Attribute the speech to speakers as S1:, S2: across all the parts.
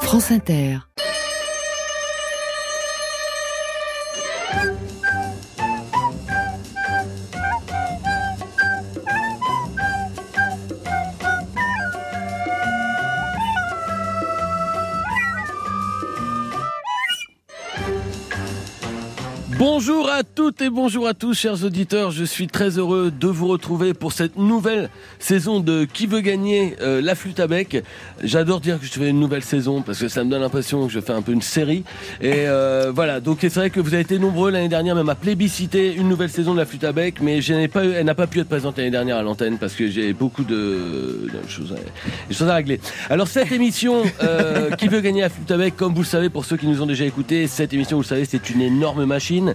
S1: France Inter.
S2: Bonjour à toutes et bonjour à tous, chers auditeurs. Je suis très heureux de vous retrouver pour cette nouvelle saison de Qui veut gagner euh, la flûte à bec. J'adore dire que je fais une nouvelle saison parce que ça me donne l'impression que je fais un peu une série. Et euh, voilà, donc c'est vrai que vous avez été nombreux l'année dernière même à plébisciter une nouvelle saison de la flûte à bec, mais je n'ai pas, eu- elle n'a pas pu être présente l'année dernière à l'antenne parce que j'ai beaucoup de, de choses, à, des choses à régler. Alors cette émission, euh, Qui veut gagner la flûte à bec, comme vous le savez pour ceux qui nous ont déjà écoutés, cette émission, vous le savez, c'est une énorme machine.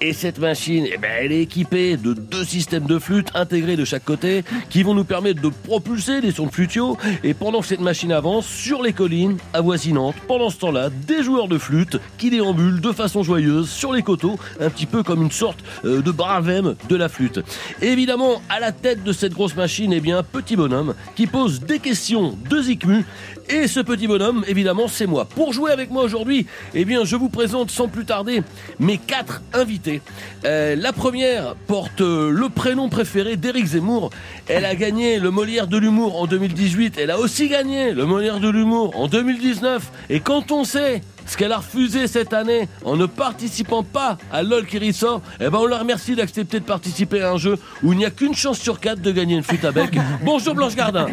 S2: Et cette machine, eh ben, elle est équipée de deux systèmes de flûte intégrés de chaque côté qui vont nous permettre de propulser les sons de flutio. Et pendant que cette machine avance, sur les collines avoisinantes, pendant ce temps-là, des joueurs de flûte qui déambulent de façon joyeuse sur les coteaux, un petit peu comme une sorte euh, de bravem de la flûte. Évidemment, à la tête de cette grosse machine, eh bien, un petit bonhomme qui pose des questions de Zikmu. Et ce petit bonhomme, évidemment, c'est moi. Pour jouer avec moi aujourd'hui, eh bien, je vous présente sans plus tarder mes quatre invités. Euh, la première porte euh, le prénom préféré d'Éric Zemmour. Elle a gagné le Molière de l'humour en 2018. Elle a aussi gagné le Molière de l'humour en 2019. Et quand on sait ce qu'elle a refusé cette année en ne participant pas à LOL qui ressort, eh ben on la remercie d'accepter de participer à un jeu où il n'y a qu'une chance sur quatre de gagner une flûte à bec. Bonjour Blanche Gardin.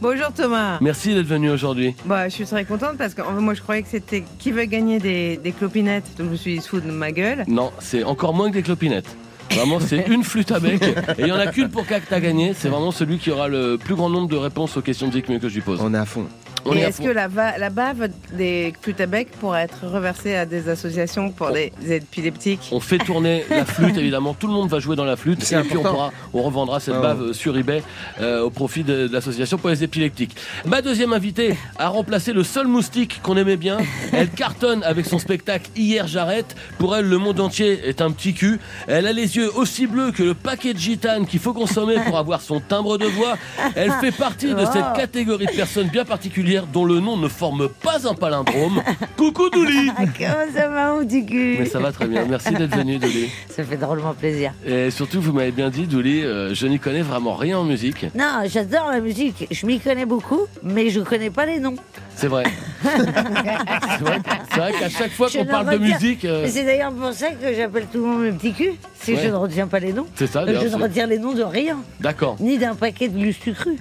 S3: Bonjour Thomas.
S2: Merci d'être venue aujourd'hui.
S3: Bah, je suis très contente parce que en fait, moi je croyais que c'était qui veut gagner des, des clopinettes. Donc je me suis dit, se fout de ma gueule.
S2: Non, c'est encore moins que des clopinettes. Vraiment, c'est une flûte à bec. Et il n'y en a qu'une pour quatre à gagner. C'est vraiment celui qui aura le plus grand nombre de réponses aux questions de Zikmu que je lui pose.
S4: On est à fond.
S2: On
S3: Et
S2: est à
S3: est-ce
S2: fond.
S3: que la, va- la bave des flûtes à bec pourrait être reversée à des associations pour
S2: On-
S3: les épileptiques
S2: On fait tourner la flûte, évidemment. Tout le monde va jouer dans la flûte. Et
S4: C'est
S2: puis on, pourra,
S4: important.
S2: on revendra cette
S4: Ah ouais.
S2: bave euh, sur eBay euh, au profit de, de l'association pour les épileptiques. Ma deuxième invitée a remplacé le seul moustique qu'on aimait bien. Elle cartonne avec son spectacle Hier j'arrête. Pour elle, le monde entier est un petit cul. Elle a les yeux aussi bleus que le paquet de gitanes qu'il faut consommer pour avoir son timbre de voix. Elle fait partie de
S3: Wow.
S4: Oh.
S2: cette catégorie de personnes bien particulières dont le nom ne forme pas un palindrome. Coucou Douli
S5: Ah, Comment ça va, mon petit cul
S2: Mais ça va très bien. Merci d'être venue, Douli.
S5: Ça fait drôlement plaisir.
S2: Et surtout, vous m'avez bien dit, Douli, euh, je n'y connais vraiment rien en musique.
S5: Non, j'adore la musique. Je m'y connais beaucoup, mais je connais pas les noms.
S2: C'est vrai. c'est vrai, c'est vrai qu'à chaque fois
S5: Je
S2: qu'on
S5: ne
S2: parle de
S5: retiens-
S2: musique, euh,
S5: Mais c'est d'ailleurs pour ça que j'appelle tout le monde le petit cul. Si
S2: Ouais. Ah,
S5: je ne retiens pas les noms,
S2: c'est ça.
S5: je
S2: d'ailleurs,
S5: ne
S2: c'est-
S5: retiens les noms de rien,
S2: D'accord.
S5: ni d'un paquet de lustre cru.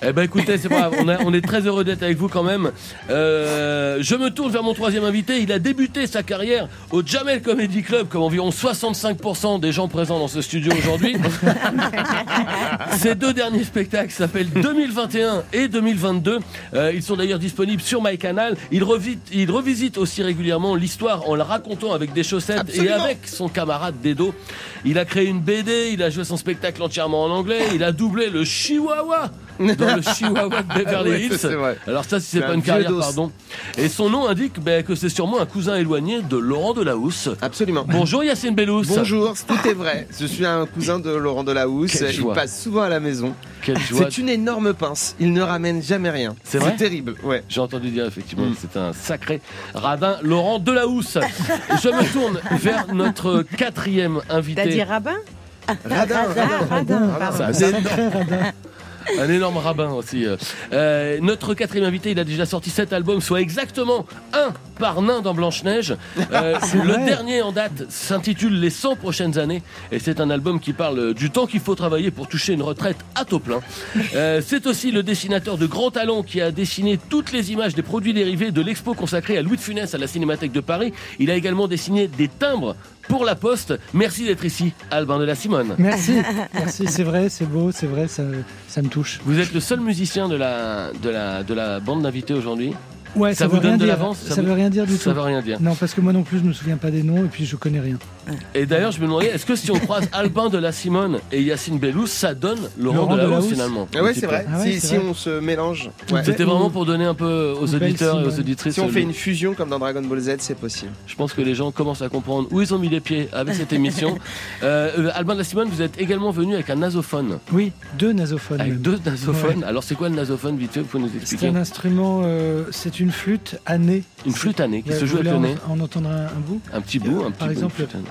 S2: Eh ben écoutez, c'est pas grave. On, a- on est très heureux d'être avec vous quand même. Euh, je me tourne vers mon troisième invité. Il a débuté sa carrière au Jamel Comedy Club, comme environ 65% des gens présents dans ce studio aujourd'hui. Ses deux derniers spectacles s'appellent 2021 et 2022. Euh, ils sont d'ailleurs disponibles sur MyCanal. Il, revisite, il revisite aussi régulièrement l'histoire en la racontant avec des chaussettes et avec son camarade Dedo. Il a créé une BD, il a joué son spectacle entièrement en anglais, il a doublé le Chihuahua dans le Chihuahua de Beverly
S4: Ouais, ça, c'est
S2: Hills.
S4: vrai.
S2: Alors ça, si c'est
S4: C'est
S2: pas
S4: un
S2: une
S4: vieux
S2: carrière,
S4: dos.
S2: pardon. Et son nom indique ben, que c'est sûrement un cousin éloigné de Laurent Delahousse.
S4: Absolument.
S2: Bonjour Yacine Bellous.
S4: Bonjour, tout est vrai. Je suis un cousin de Laurent Delahousse.
S2: Quelle
S4: Il
S2: joie.
S4: passe souvent à la maison.
S2: Quelle joie.
S4: C'est une énorme pince. Il ne ramène jamais rien.
S2: C'est vrai
S4: terrible. Ouais.
S2: J'ai entendu dire effectivement que c'est un sacré radin. Laurent Delahousse. Je me tourne vers notre quatrième
S3: T'as dit
S2: invité.
S3: rabbin
S4: Radin. hein.
S3: Ah, radin, pardon.
S2: Ça, c'est Un énorme rabbin aussi. euh. Euh, notre quatrième invité, il a déjà sorti sept albums, soit exactement un par nain dans Blanche-Neige. Euh, le dernier en date s'intitule Les 100 prochaines années et c'est un album qui parle du temps qu'il faut travailler pour toucher une retraite à taux plein. Euh, c'est aussi le dessinateur de grand talent qui a dessiné toutes les images des produits dérivés de l'expo consacrée à Louis de Funès à la Cinémathèque de Paris. Il a également dessiné des timbres pour La Poste. Merci d'être ici, Albin de la Simone.
S6: Merci, merci, c'est vrai, c'est beau, c'est vrai, ça, ça me touche.
S2: Vous êtes le seul musicien de la, de la, de la bande d'invités aujourd'hui.
S6: Ouais,
S2: Ça
S6: ça,
S2: vous
S6: veut rien
S2: donne de
S6: dire,
S2: l'avance, ça
S6: ça
S2: vous-
S6: veut rien dire du
S2: Ça
S6: tout.
S2: veut rien dire.
S6: Non, parce que moi non plus, je me souviens pas des noms et puis je connais rien.
S2: Et d'ailleurs, je me demandais, est-ce que si on croise Albin de la Simone et Yacine Bellous, ça donne Laurent,
S6: Laurent
S2: Delahousse
S6: Delahousse.
S2: finalement
S4: Ah
S2: un
S4: ouais,
S2: petit
S4: c'est
S2: peu.
S4: vrai.
S6: Ah ouais,
S4: si
S6: c'est
S4: si
S6: vrai.
S4: on se mélange, ouais.
S6: Peut-être-
S2: C'était vraiment pour donner un peu aux
S6: Belle
S2: auditeurs et aux
S6: Simone.
S2: auditrices.
S4: si on
S2: le-
S4: fait une fusion comme dans Dragon Ball Z, c'est possible.
S2: Je pense que les gens commencent à comprendre où ils ont mis les pieds avec cette émission. Euh, euh, Albin de la Simone, vous êtes également venu avec un nasophone,
S6: Oui, deux nasophones.
S2: avec
S6: même.
S2: deux nasophones. Alors c'est quoi le nasophone vite fait Vous pouvez nous
S6: C'est
S2: expliquer
S6: un instrument, euh, c'est c'est une flûte à nez.
S2: Une flûte à nez qui
S6: Ouais,
S2: se
S6: vous
S2: joue avec le
S6: voulez
S2: nez.
S6: en, en entendre un, un bout
S2: Un petit bout, un petit
S6: Par
S2: bout.
S6: exemple,
S2: une flûte à nez.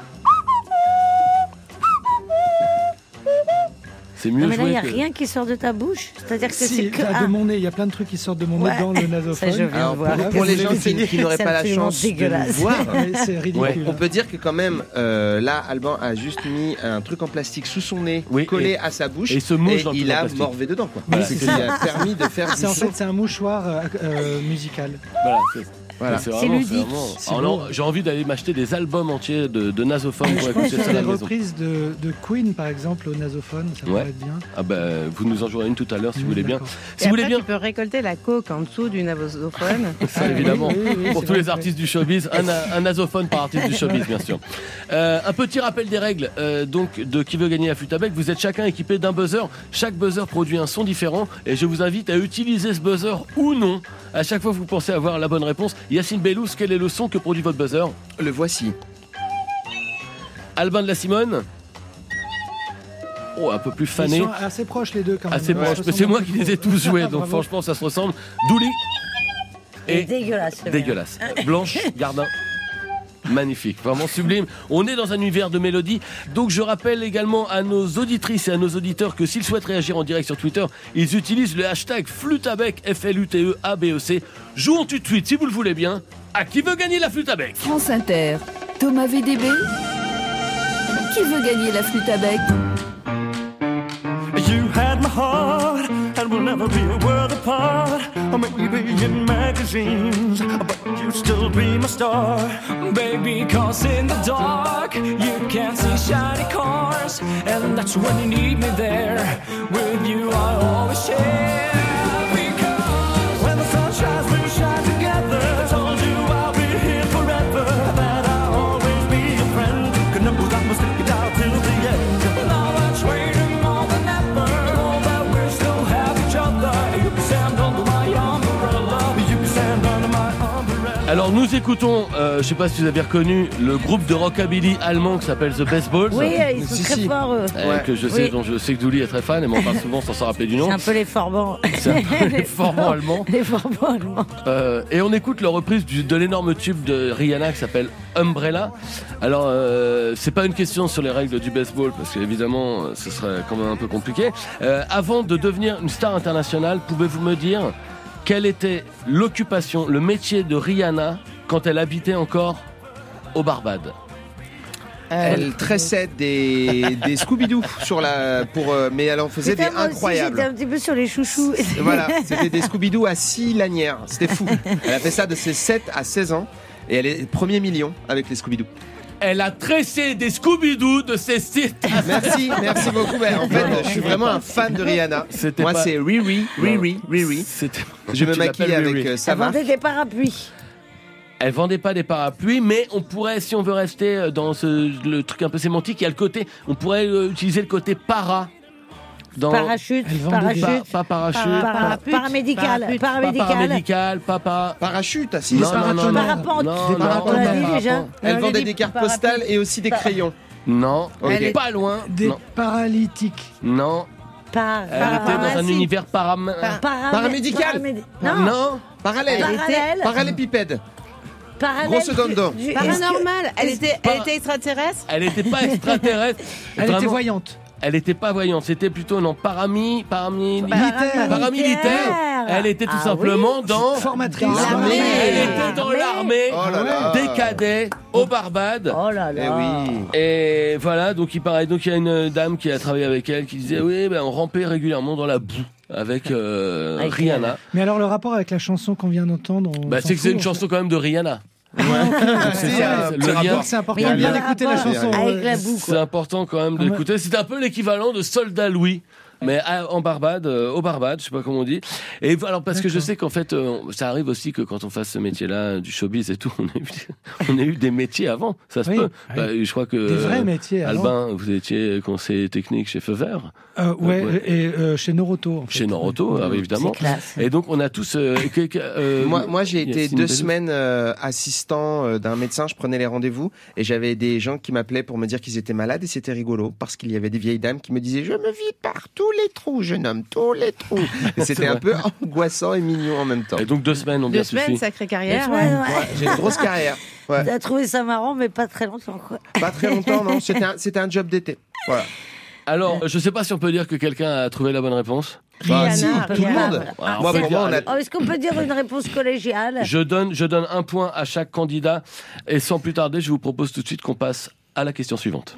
S2: C'est mieux
S5: Non, mais là, il
S2: joué
S5: n'y a
S2: que-
S5: rien qui sort de ta bouche. C'est-à-dire que
S6: Si,
S5: c'est que.
S6: là, de
S5: un.
S6: mon nez, il y a plein de trucs qui sortent de mon
S5: Ouais,
S6: nez dans le
S5: ça,
S6: nasophone.
S5: je viens
S2: Ah,
S4: Alors,
S5: de
S4: pour,
S5: voir.
S4: pour les
S5: C'est
S4: gens qui, qui n'auraient
S5: C'est
S4: pas la
S5: absolument
S4: chance de nous
S5: dégueulasse.
S4: voir,
S6: Ah, mais c'est ridicule.
S4: on peut dire que quand même, euh, là, Alban a juste mis un truc en plastique sous son nez,
S2: Oui,
S4: collé
S2: et-
S4: à sa bouche,
S2: et il se mouche dans le
S4: il
S2: truc en
S4: a
S2: plastique.
S4: morvé dedans. Quoi.
S6: Voilà,
S4: c'est
S2: c'est
S4: ce qui a permis de faire du
S6: Ah, C'est en
S4: son.
S6: fait c'est un mouchoir euh, euh, musical.
S2: Voilà, c'est-
S4: Voilà.
S2: c'est
S5: C'est
S2: vraiment-
S5: ludique.
S2: c'est vraiment-
S6: C'est
S2: Alors, non,
S6: beau.
S2: j'ai envie d'aller m'acheter des albums entiers de, de nasophones pour
S6: Ah, Je pense
S2: écouter ça à
S6: faire des
S2: la maison.
S6: reprises de, de Queen par exemple au nasophone, ça
S2: Ouais.
S6: pourrait être bien.
S2: Ah bah, vous nous en jouerez une tout à l'heure si vous
S6: Mmh,
S2: voulez bien.
S6: d'accord.
S2: Si vous voulez
S3: après,
S2: bien,
S3: tu peux récolter la coque en dessous du nasophone.
S2: ça
S6: Ah,
S2: évidemment.
S6: oui, oui, oui,
S2: Pour
S6: c'est
S2: tous
S6: vrai.
S2: les artistes du showbiz, un, un nasophone par artiste du showbiz, bien sûr. Euh, un petit rappel des règles euh, donc de qui veut gagner la flûte à bec. Vous êtes chacun équipé d'un buzzer. Chaque buzzer produit un son différent et je vous invite à utiliser ce buzzer ou non. À chaque fois que vous pensez avoir la bonne réponse, Yacine Bellous, quel est le son que produit votre buzzer
S4: Le voici.
S2: Albin de la Simone Oh, un peu plus
S6: Ils
S2: fané.
S6: sont assez proches les deux quand même.
S2: Assez
S6: Ouais,
S2: proche.
S6: ils
S2: mais
S6: se
S2: C'est
S6: ressemblent
S2: moi qui les ai tous joués, donc
S6: Ah, Bravo.
S2: franchement, ça se ressemble. Douli
S5: C'est
S2: et
S5: dégueulasse. ce verre.
S2: dégueulasse. Blanche Gardin. Magnifique, vraiment sublime. On est dans un univers de mélodie. Donc je rappelle également à nos auditrices et à nos auditeurs que s'ils souhaitent réagir en direct sur Twitter, ils utilisent le hashtag flûteabec, E F-L-U-T-E-A-B-E-C. Jouons tout de suite, si vous le voulez bien, à qui veut gagner la flûte à bec
S1: France Inter, Thomas VDB. Qui veut gagner la flûte à bec
S7: You had my heart and we'll never be a world apart. Or maybe in magazines, but you still be my star.
S8: Baby, cause in the dark you can't see shiny cars, and that's when you need me there. With you, I always share. Because
S7: When the sun shines, we'll shine together. I told you I'll be here forever. That I'll always be your friend. Cause numbers I must stick it out till the end.
S8: now I'm trading more than ever. Know that we still have each other. You can stand under my umbrella.
S7: You can stand under my umbrella.
S2: Alors nous écoutons, euh, je sais pas si vous avez reconnu, le groupe de rockabilly allemand qui s'appelle The Baseballs.
S5: Oui, euh, ils sont
S4: Si,
S5: très
S4: si.
S5: forts, eux.
S2: Euh,
S4: Ouais.
S2: que je sais,
S5: Oui.
S2: dont je sais que Douli est très fan, et m'en parle souvent sans s'en rappeler du nom.
S5: C'est un peu les forbans.
S2: C'est un peu les formants allemands.
S5: Les forbans allemands.
S2: Euh, et on écoute leur reprise du- de l'énorme tube de Rihanna qui s'appelle Umbrella. Alors, euh, c'est pas une question sur les règles du baseball, parce qu'évidemment, euh, ce serait quand même un peu compliqué. Euh, avant de devenir une star internationale, pouvez-vous me dire quelle était l'occupation, le métier de Rihanna quand elle habitait encore aux Barbades
S4: Elle tressait des, des Scooby-Doo sur la, pour, euh, mais elle en faisait
S5: Putain,
S4: des
S5: moi aussi,
S4: incroyables.
S5: J'étais un petit peu sur les chouchous.
S4: Et Voilà, c'était des Scooby-Doo à 6 lanières. C'était fou. Elle a fait ça de ses 7 à 16 ans. Et elle est premier million avec les Scooby-Doo.
S2: Elle a tressé des Scooby-Doo de ses sites.
S4: Merci, merci beaucoup. Ben, en fait, je suis vraiment un fan de Rihanna.
S2: C'était
S4: Moi,
S2: pas-
S4: c'est Riri, Riri, Riri.
S2: C'était-
S4: Je me
S2: Tu
S4: maquille
S2: l'appelles
S4: avec
S2: Riri.
S4: euh,
S5: Ça
S4: sa marque.
S5: vendait des parapluies.
S2: Elle vendait pas des parapluies, mais on pourrait, si on veut rester euh, dans ce, le truc un peu sémantique, il y a le côté, on pourrait euh, utiliser le côté para dans
S5: Parachute,
S6: Elle vendait des-
S5: parachute.
S2: pas, pas parachute, pas-
S3: Para-
S5: Para-
S3: Parapute.
S5: Paramédical.
S3: Parapute.
S2: pas
S5: Paramédical.
S2: paramédical, pas pas.
S4: Parachute, ah, si,
S2: Non,
S4: c'est
S2: non,
S4: pas-
S2: non, non,
S5: parapente.
S2: non,
S6: Des
S2: non, non,
S6: parapentes,
S5: on l'a dit
S2: parapente.
S5: déjà.
S4: Elle
S3: Elle
S4: vendait
S3: dit
S4: des cartes
S3: parapluie.
S4: postales et aussi des crayons.
S2: Non,
S4: Ok.
S3: Elle est-
S2: pas loin.
S6: Des
S2: Non,
S6: paralytiques.
S2: non. Elle
S5: Par-
S2: était dans un Ah,
S5: paramédic-
S2: univers param.
S5: paramé-
S4: Paramédical.
S5: paramédi- Ah, Non.
S2: Non,
S4: Parallèle.
S5: Parallèle.
S4: Parallépipède.
S5: Parallèle.
S4: Grosse dindon.
S5: du- du-
S3: Paranormal. Elle était,
S2: Par-
S3: elle était extraterrestre
S2: elle n'était pas extraterrestre.
S6: Elle était
S2: Vraiment,
S6: voyante.
S2: Elle était pas voyante. C'était plutôt non parami, parami,
S5: Bah,
S6: Militaire.
S2: paramilitaire. Elle était tout
S5: Ah oui.
S2: simplement dans
S6: Formatrice.
S4: L'armée.
S2: Elle était dans l'armée,
S4: Oh là là.
S2: des cadets aux Barbades.
S5: Oh là
S4: Eh
S5: là.
S4: oui.
S2: Et voilà, donc il paraît. Donc il y a une dame qui a travaillé avec elle qui disait oui, ben on rampait régulièrement dans la boue avec euh,
S5: Avec
S2: Rihanna.
S6: Mais alors le rapport avec la chanson qu'on vient d'entendre on
S2: Bah
S6: s'en
S2: c'est que c'est
S6: fout,
S2: une
S6: on
S2: chanson quand même de Rihanna.
S4: Ah, C'est
S2: ça,
S4: un
S2: le
S4: petit
S2: lien.
S4: rapport.
S6: Donc c'est important
S5: Mais il y a
S6: de bien
S5: pas de
S6: écouter la
S5: rapport
S6: chanson. euh,
S5: avec
S6: ouais.
S5: la boue,
S2: C'est
S5: quoi.
S2: important quand même de
S6: Ah ouais.
S2: l'écouter. C'est un peu l'équivalent de Soldat Louis. Mais à- en Barbade, euh, au Barbade, je sais pas comment on dit. Et v- alors parce que je
S6: D'accord.
S2: sais qu'en fait, euh, ça arrive aussi que quand on fasse ce métier-là, du showbiz et tout, on a eu, on a eu des métiers avant. Ça se
S6: Oui, Ah
S2: peut.
S6: oui.
S2: Bah, je crois que
S6: Des vrais
S2: euh,
S6: métiers. alors.
S2: Albin, vous étiez conseiller technique chez Feu Vert,
S6: Euh, ouais,
S2: Ouais.
S6: et euh, chez Noroto. en fait.
S2: chez Noroto, euh, évidemment.
S5: classe.
S2: Et donc, on a tous. euh, que- que- euh,
S4: Moi, moi j'ai
S2: Yacine
S4: été deux
S2: Bellou.
S4: semaines euh, assistant euh, d'un médecin, je prenais les rendez-vous et j'avais des gens qui m'appelaient pour me dire qu'ils étaient malades et c'était rigolo parce qu'il y avait des vieilles dames qui me disaient je me vis partout, tous les trous, jeune homme, tous les trous. Et c'était un peu angoissant et mignon en même temps.
S2: Et donc deux semaines ont
S3: Deux
S2: bien
S3: semaines,
S2: suffi.
S3: sacrée
S5: Ouais,
S3: carrière. ouais.
S5: ouais.
S4: Ouais, j'ai une grosse carrière. Ouais.
S5: T'as trouvé ça marrant, mais pas très longtemps, quoi.
S4: Pas très longtemps, non. C'était un, c'était un job d'été. Voilà.
S2: Alors, je sais pas si on peut dire que quelqu'un a trouvé la bonne réponse.
S4: Bah,
S3: Rihanna,
S4: si, tout le
S3: Rihanna.
S4: monde.
S2: Ah,
S4: Moi,
S2: on peut
S4: pour
S2: dire-
S4: moi, on a
S5: Oh, Est-ce qu'on peut dire une réponse collégiale
S2: Je donne, je donne un point à chaque candidat et sans plus tarder, je vous propose tout de suite qu'on passe à la question suivante.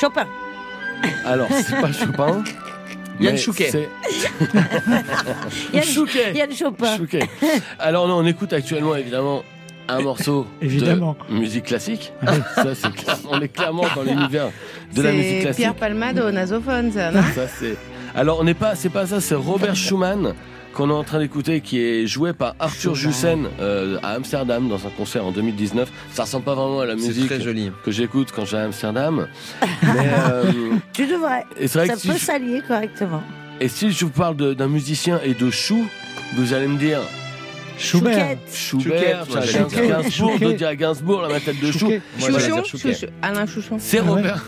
S5: Chopin.
S2: Alors, c'est pas Chopin.
S4: Yann
S2: mais
S4: Chouquet.
S2: c'est-
S5: Yann,
S2: Chouquet.
S5: Yann Chopin.
S2: Chouquet. Alors, non, on écoute actuellement évidemment un morceau
S6: Évidemment.
S2: de musique classique. Ça, c'est clair- on est clairement dans l'univers de la musique
S3: C'est
S2: classique.
S3: Pierre Palmade au nasophone, ça, non
S2: Ça, c'est- Alors, on n'est pas, c'est pas ça, c'est Robert Schumann qu'on est en train d'écouter, qui est joué par Arthur Jussen euh, à Amsterdam dans un concert en 2019. Ça ressemble pas vraiment à la
S4: C'est
S2: musique
S4: très joli.
S2: que j'écoute quand j'ai à Amsterdam. Mais, euh,
S5: Tu devrais.
S2: et c'est vrai
S5: Ça
S2: que si
S5: peut
S2: je-
S5: s'allier correctement.
S2: et si je vous parle de- d'un musicien et de chou, vous allez me dire
S6: Schubert.
S5: Chouquette.
S2: Schubert,
S4: Chouquette, moi,
S2: ça,
S4: j'allais dire.
S2: Gainsbourg,
S6: Chouquet.
S2: Dodi à Gainsbourg, la tête de chou.
S6: Chouquet.
S4: Moi, j'allais
S3: Chouchon
S4: dire Chouquet.
S3: Chouchou- Alain Chouchon.
S2: C'est
S6: Ah ouais.
S2: Robert,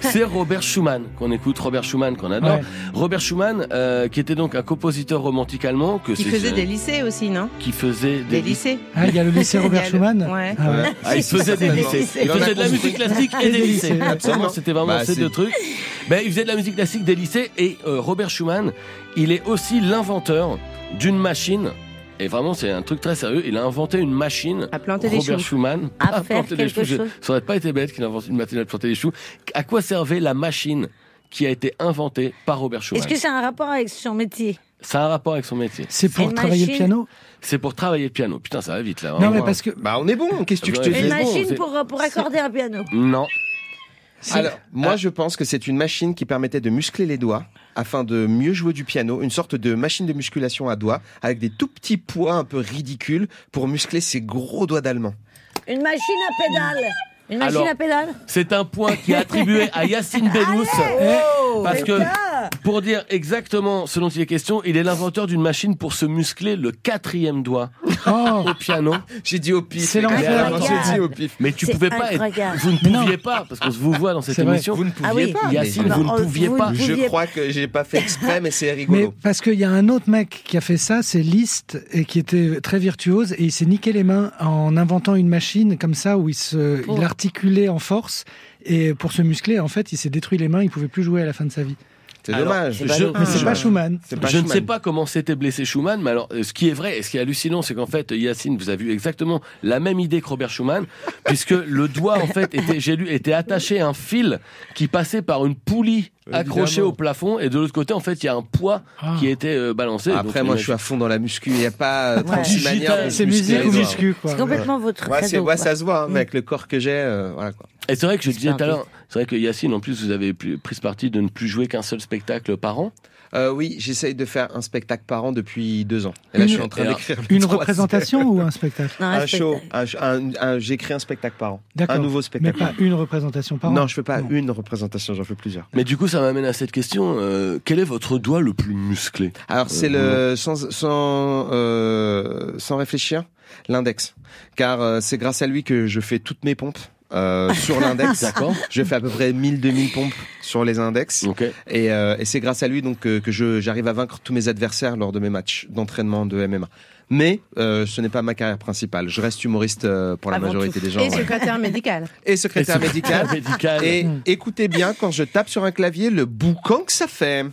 S2: c'est Robert Schumann qu'on écoute, Robert Schumann qu'on adore.
S6: Ouais.
S2: Robert Schumann, euh, qui était donc un compositeur romantique allemand, que
S3: Qui
S2: c'est-
S3: faisait des lycées aussi, non
S2: qui faisait des,
S3: Des lycées.
S6: Ah, il y a le lycée Robert
S3: Il y a le-
S6: Schumann
S3: Ouais.
S6: Ah ouais.
S2: Ah, il faisait des
S4: Certainement.
S2: lycées. Il
S4: Il en a
S2: faisait de la
S4: construit.
S2: musique classique et des
S6: Des
S2: lycées.
S6: lycées.
S2: Absolument,
S4: Absolument.
S2: c'était vraiment
S4: Bah,
S2: ces
S4: c'est-
S2: deux trucs. Ben, il faisait de la musique classique des lycées et euh, Robert Schumann, il est aussi l'inventeur d'une machine. Et vraiment, c'est un truc très sérieux. Il a inventé une machine.
S3: À planter des
S2: Robert
S3: choux.
S2: Schumann
S5: À
S2: pas
S5: faire
S2: planter des
S5: quelque
S2: choux, je-
S5: chose.
S2: Ça aurait pas été bête qu'il invente une machine à planter des choux. À quoi servait la machine qui a été inventée par Robert Schumann
S5: Est-ce que c'est un rapport avec son métier
S2: Ça a un rapport avec son métier.
S6: C'est
S5: C'est
S6: pour
S5: une
S6: travailler le
S5: machine.
S6: piano
S2: C'est pour travailler le piano. Putain, ça va vite là.
S6: Non,
S2: hein.
S6: mais parce que.
S4: Bah, on est bon. Qu'est-ce que tu que je te
S2: Ouais.
S5: Une
S4: dis
S2: bon,
S5: machine
S2: c'est-
S5: pour, euh, pour accorder un piano.
S2: Non.
S6: c'est-
S4: Alors, moi, je pense que c'est une machine qui permettait de muscler les doigts afin de mieux jouer du piano, une sorte de machine de musculation à doigts avec des tout petits poids un peu ridicules pour muscler ses gros doigts d'allemand.
S5: Une machine à pédale. Une machine
S2: Alors,
S5: à pédale
S2: C'est un point qui est attribué à Yacine Bellous. Eh, Parce que, pour dire exactement ce dont il est question, il est l'inventeur d'une machine pour se muscler le quatrième doigt
S6: Oh
S2: au piano.
S4: J'ai dit au pif.
S6: C'est l'enfer.
S4: Clairement, J'ai dit au pif.
S2: Mais tu
S5: C'est
S2: pouvais pas
S5: incroyable.
S2: être. Vous ne
S6: Mais non.
S2: pouviez pas, parce qu'on se vous voit dans cette
S6: C'est vrai.
S2: émission.
S4: Vous ne pouviez
S5: Ah oui.
S4: pas. mais-
S2: Yacine, vous
S5: Non,
S2: ne
S5: oh,
S2: pouviez
S5: vous-
S2: pas.
S5: vous-
S4: Je
S5: pouviez-
S4: crois que j'ai pas fait exprès, mais c'est rigolo.
S6: Mais parce qu'il y a un autre mec qui a fait ça, c'est Liszt, et qui était très virtuose, et il s'est niqué les mains en inventant une machine comme ça où il, se, il articulait en force, et pour se muscler, en fait, il s'est détruit les mains, il pouvait plus jouer à la fin de sa vie.
S4: C'est
S2: Alors,
S4: dommage. Ah.
S2: c'est pas Je- dommage.
S6: Mais c'est pas Schumann.
S4: C'est pas
S2: je ne
S4: Schumann.
S2: sais pas comment s'était blessé Schumann, mais alors euh, ce qui est vrai et ce qui est hallucinant, c'est qu'en fait Yacine, vous avez eu exactement la même idée que Robert Schumann, puisque le doigt en fait était, j'ai lu, était attaché à un fil qui passait par une poulie accrochée
S4: Évidemment.
S2: au plafond, et de l'autre côté en fait il y a un poids
S6: Ah.
S2: qui était euh, balancé.
S4: Après,
S2: Donc,
S4: moi,
S2: on
S4: je suis à fond dans la muscu. Il n'y a pas euh, 36
S2: Digital,
S4: manières de
S6: C'est
S4: muscler
S6: musique
S4: les
S6: ou
S4: doigts.
S6: muscu, quoi.
S5: C'est complètement votre
S4: Ouais, c'est-
S5: cadeau.
S4: ouais,
S5: quoi.
S4: ça se
S6: Mm.
S4: voit, hein, mais avec le corps que j'ai, euh, voilà quoi.
S2: Et c'est vrai que je disais tout à
S5: Expertise.
S2: l'heure, c'est vrai que Yacine, en plus, vous avez pu- pris ce parti de ne plus jouer qu'un seul spectacle par an.
S4: Euh, oui, j'essaye de faire un spectacle par an depuis deux ans. Et là, je suis en train
S2: Une-
S4: d'écrire. le
S6: Une
S4: troisième.
S6: représentation ou un spectacle
S5: Non,
S4: Un
S5: respecte-
S4: show. un sh- un- un- J'écris un spectacle par an. Un
S6: D'accord.
S4: nouveau
S6: Mais
S4: spectacle.
S6: pas une représentation par an.
S4: non, je fais pas
S6: Non.
S4: une représentation, j'en fais plusieurs.
S2: Mais du coup, ça m'amène à cette question euh, quel est votre doigt le plus musclé
S4: Alors, c'est
S2: Euh,
S4: le sans sans euh, sans réfléchir l'index, car euh, c'est grâce à lui que je fais toutes mes pompes euh, sur l'index.
S2: D'accord.
S4: Je fais à peu près 1000 2000 pompes sur les index.
S2: Ok.
S4: Et, euh, et c'est grâce à lui donc euh, que, que je j'arrive à vaincre tous mes adversaires lors de mes matchs d'entraînement de MMA. Mais euh, ce n'est pas ma carrière principale. Je reste humoriste euh, pour la
S3: Avant
S4: majorité
S3: tout.
S4: des gens.
S3: Et
S4: ouais.
S3: secrétaire médical.
S4: Et secrétaire
S2: Et
S4: médical.
S2: médical.
S4: Et écoutez bien quand je tape sur un clavier le boucan que ça fait.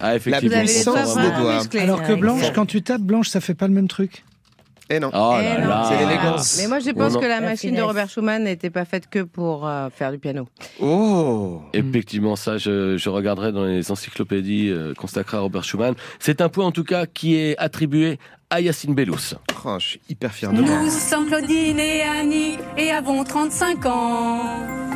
S2: Ah,
S4: Vous
S2: effectivement.
S4: avez les
S2: on
S4: doigts
S2: sent
S4: vraiment
S2: vraiment-
S4: doigts.
S3: musclés.
S6: Alors que
S5: Ouais,
S6: Blanche,
S5: exact.
S6: quand tu tapes Blanche, ça fait pas le même truc.
S4: Eh non.
S2: Oh
S3: Eh
S2: là
S3: non.
S2: là.
S4: C'est l'élégance.
S3: Mais moi, je
S2: Oh
S3: pense
S2: non.
S3: que la
S5: La
S3: machine de
S5: finesse.
S3: Robert Schumann n'était pas faite que pour euh, faire du piano.
S4: Oh.
S5: Mm.
S2: Effectivement, ça, je, je regarderai dans les encyclopédies euh, consacrées à Robert Schumann. C'est un point, en tout cas, qui est attribué à Yacine Bellous.
S4: Oh, je suis hyper fier de moi.
S9: Nous sommes Claudine et Annie et avons 35 ans.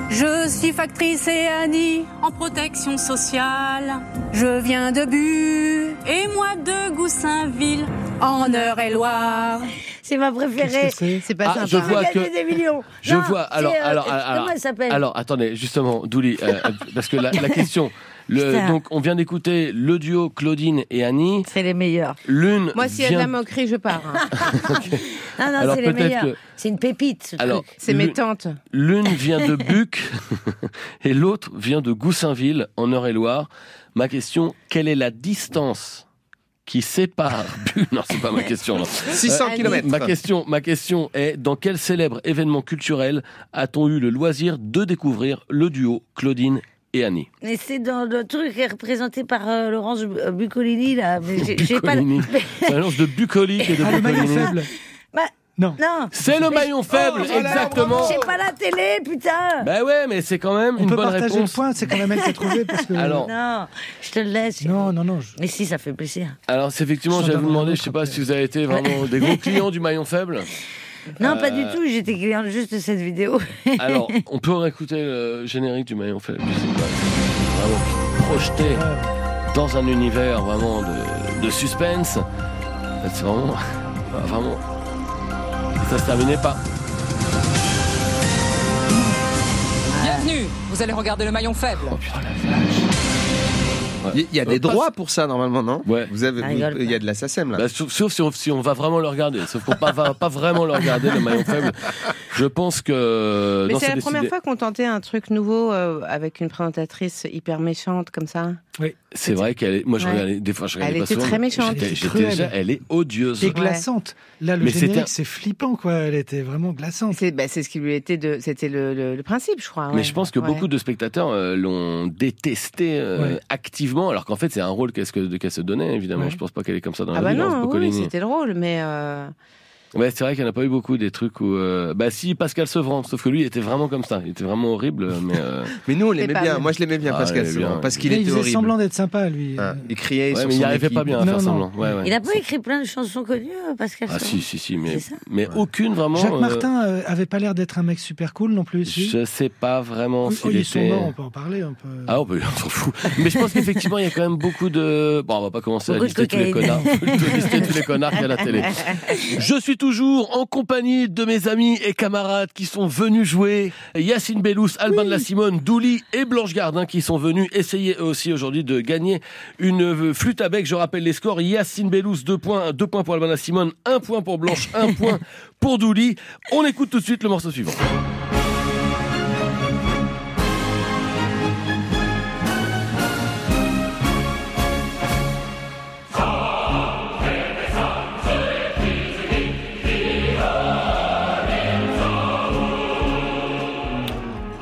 S9: Je suis factrice et Annie en protection sociale. Je viens de Bu et moi de Goussainville. en Eure-et-Loire.
S5: C'est ma
S6: Qu'est-ce
S5: préférée.
S6: que c'est
S3: C'est pas
S2: Ah,
S3: sympa.
S2: je vois
S5: Gagner
S2: que-
S5: des millions.
S2: Je
S5: Non,
S2: vois. Alors,
S5: c'est, euh,
S2: alors,
S5: comment
S2: alors,
S5: elle s'appelle
S2: alors, attendez, justement, Douli, euh, euh, parce que la, la question. Le,
S5: Putain.
S2: donc, on vient d'écouter le duo Claudine et Annie.
S5: C'est les meilleurs.
S2: L'une.
S3: Moi, s'il y a de
S2: vient-
S3: la moquerie, je pars. hein.
S5: Ah Non, non,
S2: Alors,
S5: c'est les
S2: peut-être
S5: meilleurs.
S2: que-
S5: C'est une pépite, ce
S2: Alors,
S5: truc.
S3: C'est
S2: l'une-
S3: mes tantes.
S2: l'une vient de Buc et l'autre vient de Goussainville, en Eure-et-Loire. Ma question quelle est la distance qui sépare Buc Non, c'est pas ma question. non.
S4: 600 km.
S2: Ma question, ma question est dans quel célèbre événement culturel a-t-on eu le loisir de découvrir le duo Claudine et Annie
S5: Mais c'est dans le truc qui est représenté par euh, Laurence Bu- euh, Bucolini, là. Mais j'ai- j'ai pas le-
S2: Bucolini. C'est un mélange de bucolique et de
S6: Ah, le maillon
S2: bucolini.
S6: faible.
S5: Bah,
S6: Non.
S5: Non.
S2: C'est le
S5: Mais-
S2: maillon faible,
S4: là là,
S2: exactement.
S5: oh J'ai pas la télé, putain.
S2: Ben ouais, mais c'est quand même
S6: On
S2: une
S6: peut
S2: bonne
S6: partager
S2: réponse.
S6: le point, euh, c'est quand même elle qui a trouvé. Parce que...
S2: Alors,
S5: Non, je te le laisse.
S6: non, non, non. je-
S5: Mais si, ça fait plaisir.
S2: Alors, c'est effectivement,
S6: Je
S2: j'allais vous
S6: t'en donne
S2: demander,
S6: un
S2: je sais
S6: autre
S2: pas
S6: après.
S2: si vous avez été vraiment des gros clients du maillon faible.
S5: Non, pas du
S2: Euh,
S5: tout. J'étais cliente juste de cette vidéo.
S2: Alors, on peut réécouter le générique du maillon faible. je sais pas. Vraiment projeté dans un univers vraiment de, de suspense. C'est vraiment, vraiment. Ça se terminait pas.
S10: Bienvenue, vous allez regarder le maillon faible.
S2: Oh putain la vache.
S4: Il y a des droits pour ça normalement, non
S2: Ouais.
S4: Vous avez,
S5: Ah, rigole
S4: il y a de la SACEM là.
S2: Bah, sauf sauf si, on, si on va vraiment le regarder. Sauf qu'on pas, va pas vraiment le regarder, le maillon faible. Je pense que.
S3: Mais
S2: non,
S3: c'est la
S2: décidé.
S3: première fois qu'on tentait un truc nouveau euh, avec une présentatrice hyper méchante comme ça.
S2: C'est vrai qu'elle est. Moi, je
S3: Ouais.
S2: regardais. Des fois, je regardais
S3: Elle
S2: pas
S3: était
S2: souvent,
S3: très
S2: mais
S3: méchante.
S2: j'étais-
S6: Elle était
S2: j'étais
S6: cruelle.
S2: déjà- Elle est odieuse.
S6: Et glaçante. Là, le
S2: Mais c'était un-
S6: générique, c'est flippant, quoi. Elle était vraiment glaçante.
S3: C'est bah, c'est ce qui lui était de. C'était le, le- le principe, je crois. ouais.
S2: Mais je pense que
S3: Ouais.
S2: beaucoup de spectateurs euh, l'ont détesté euh,
S6: Ouais.
S2: activement, alors qu'en fait c'est un rôle qu'est-ce que qu'elle se donnait évidemment.
S6: Ouais.
S2: Je pense pas qu'elle est comme ça dans
S3: Ah
S2: la
S3: bah
S2: vie, Laurence
S3: non, oui,
S2: Boccolini.
S3: c'était drôle, mais. euh,
S2: ouais, c'est vrai qu'il n'y en a pas eu beaucoup des trucs où euh, bah si Pascal Sevran, sauf que lui il était vraiment comme ça, il était vraiment horrible. Mais euh,
S4: Mais nous on
S3: C'est
S4: l'aimait
S3: pas
S4: bien.
S3: vrai.
S4: Moi je l'aimais bien
S2: Ah,
S4: Pascal
S2: elle est bien.
S4: Sevran, parce qu'il
S6: Mais il
S4: était
S6: faisait
S4: horrible.
S6: semblant d'être sympa, lui. Euh,
S4: Ah, il criait
S2: ouais,
S4: sur
S2: mais il
S4: son
S2: arrivait pas
S4: équipe.
S2: bien à
S6: Non,
S2: faire
S6: non.
S2: semblant. Ouais, ouais.
S5: Il a pas écrit plein de chansons connues, euh, Pascal
S2: Ah
S5: Sevran
S2: si si si, mais
S5: C'est ça
S2: mais aucune vraiment.
S6: Jacques
S2: euh,
S6: Martin euh, avait pas l'air d'être un mec super cool non plus. si
S2: Je sais pas vraiment
S6: Oui,
S2: s'il
S6: Oh, ils sont
S2: était.
S6: morts, on peut en parler un peu.
S2: Ah, oh, bah, on s'en fout. Mais je pense qu'effectivement, il y a quand même beaucoup de. Bon, on va pas commencer à
S5: Beaucoup de
S2: lister tous les
S5: cocaïne.
S2: connards. On peut lister tous les connards qu'il y a à la télé. Je suis toujours en compagnie de mes amis et camarades qui sont venus jouer. Yacine Bellous, Albin de la Simone, Douli et Blanche Gardin qui sont venus essayer eux aussi aujourd'hui de gagner une euh, flûte à bec. Je rappelle les scores. Yacine Bellous, 2 points, 2 points pour Albin de la Simone, 1 point pour Blanche, 1 point pour Douli. On écoute tout de suite le morceau suivant.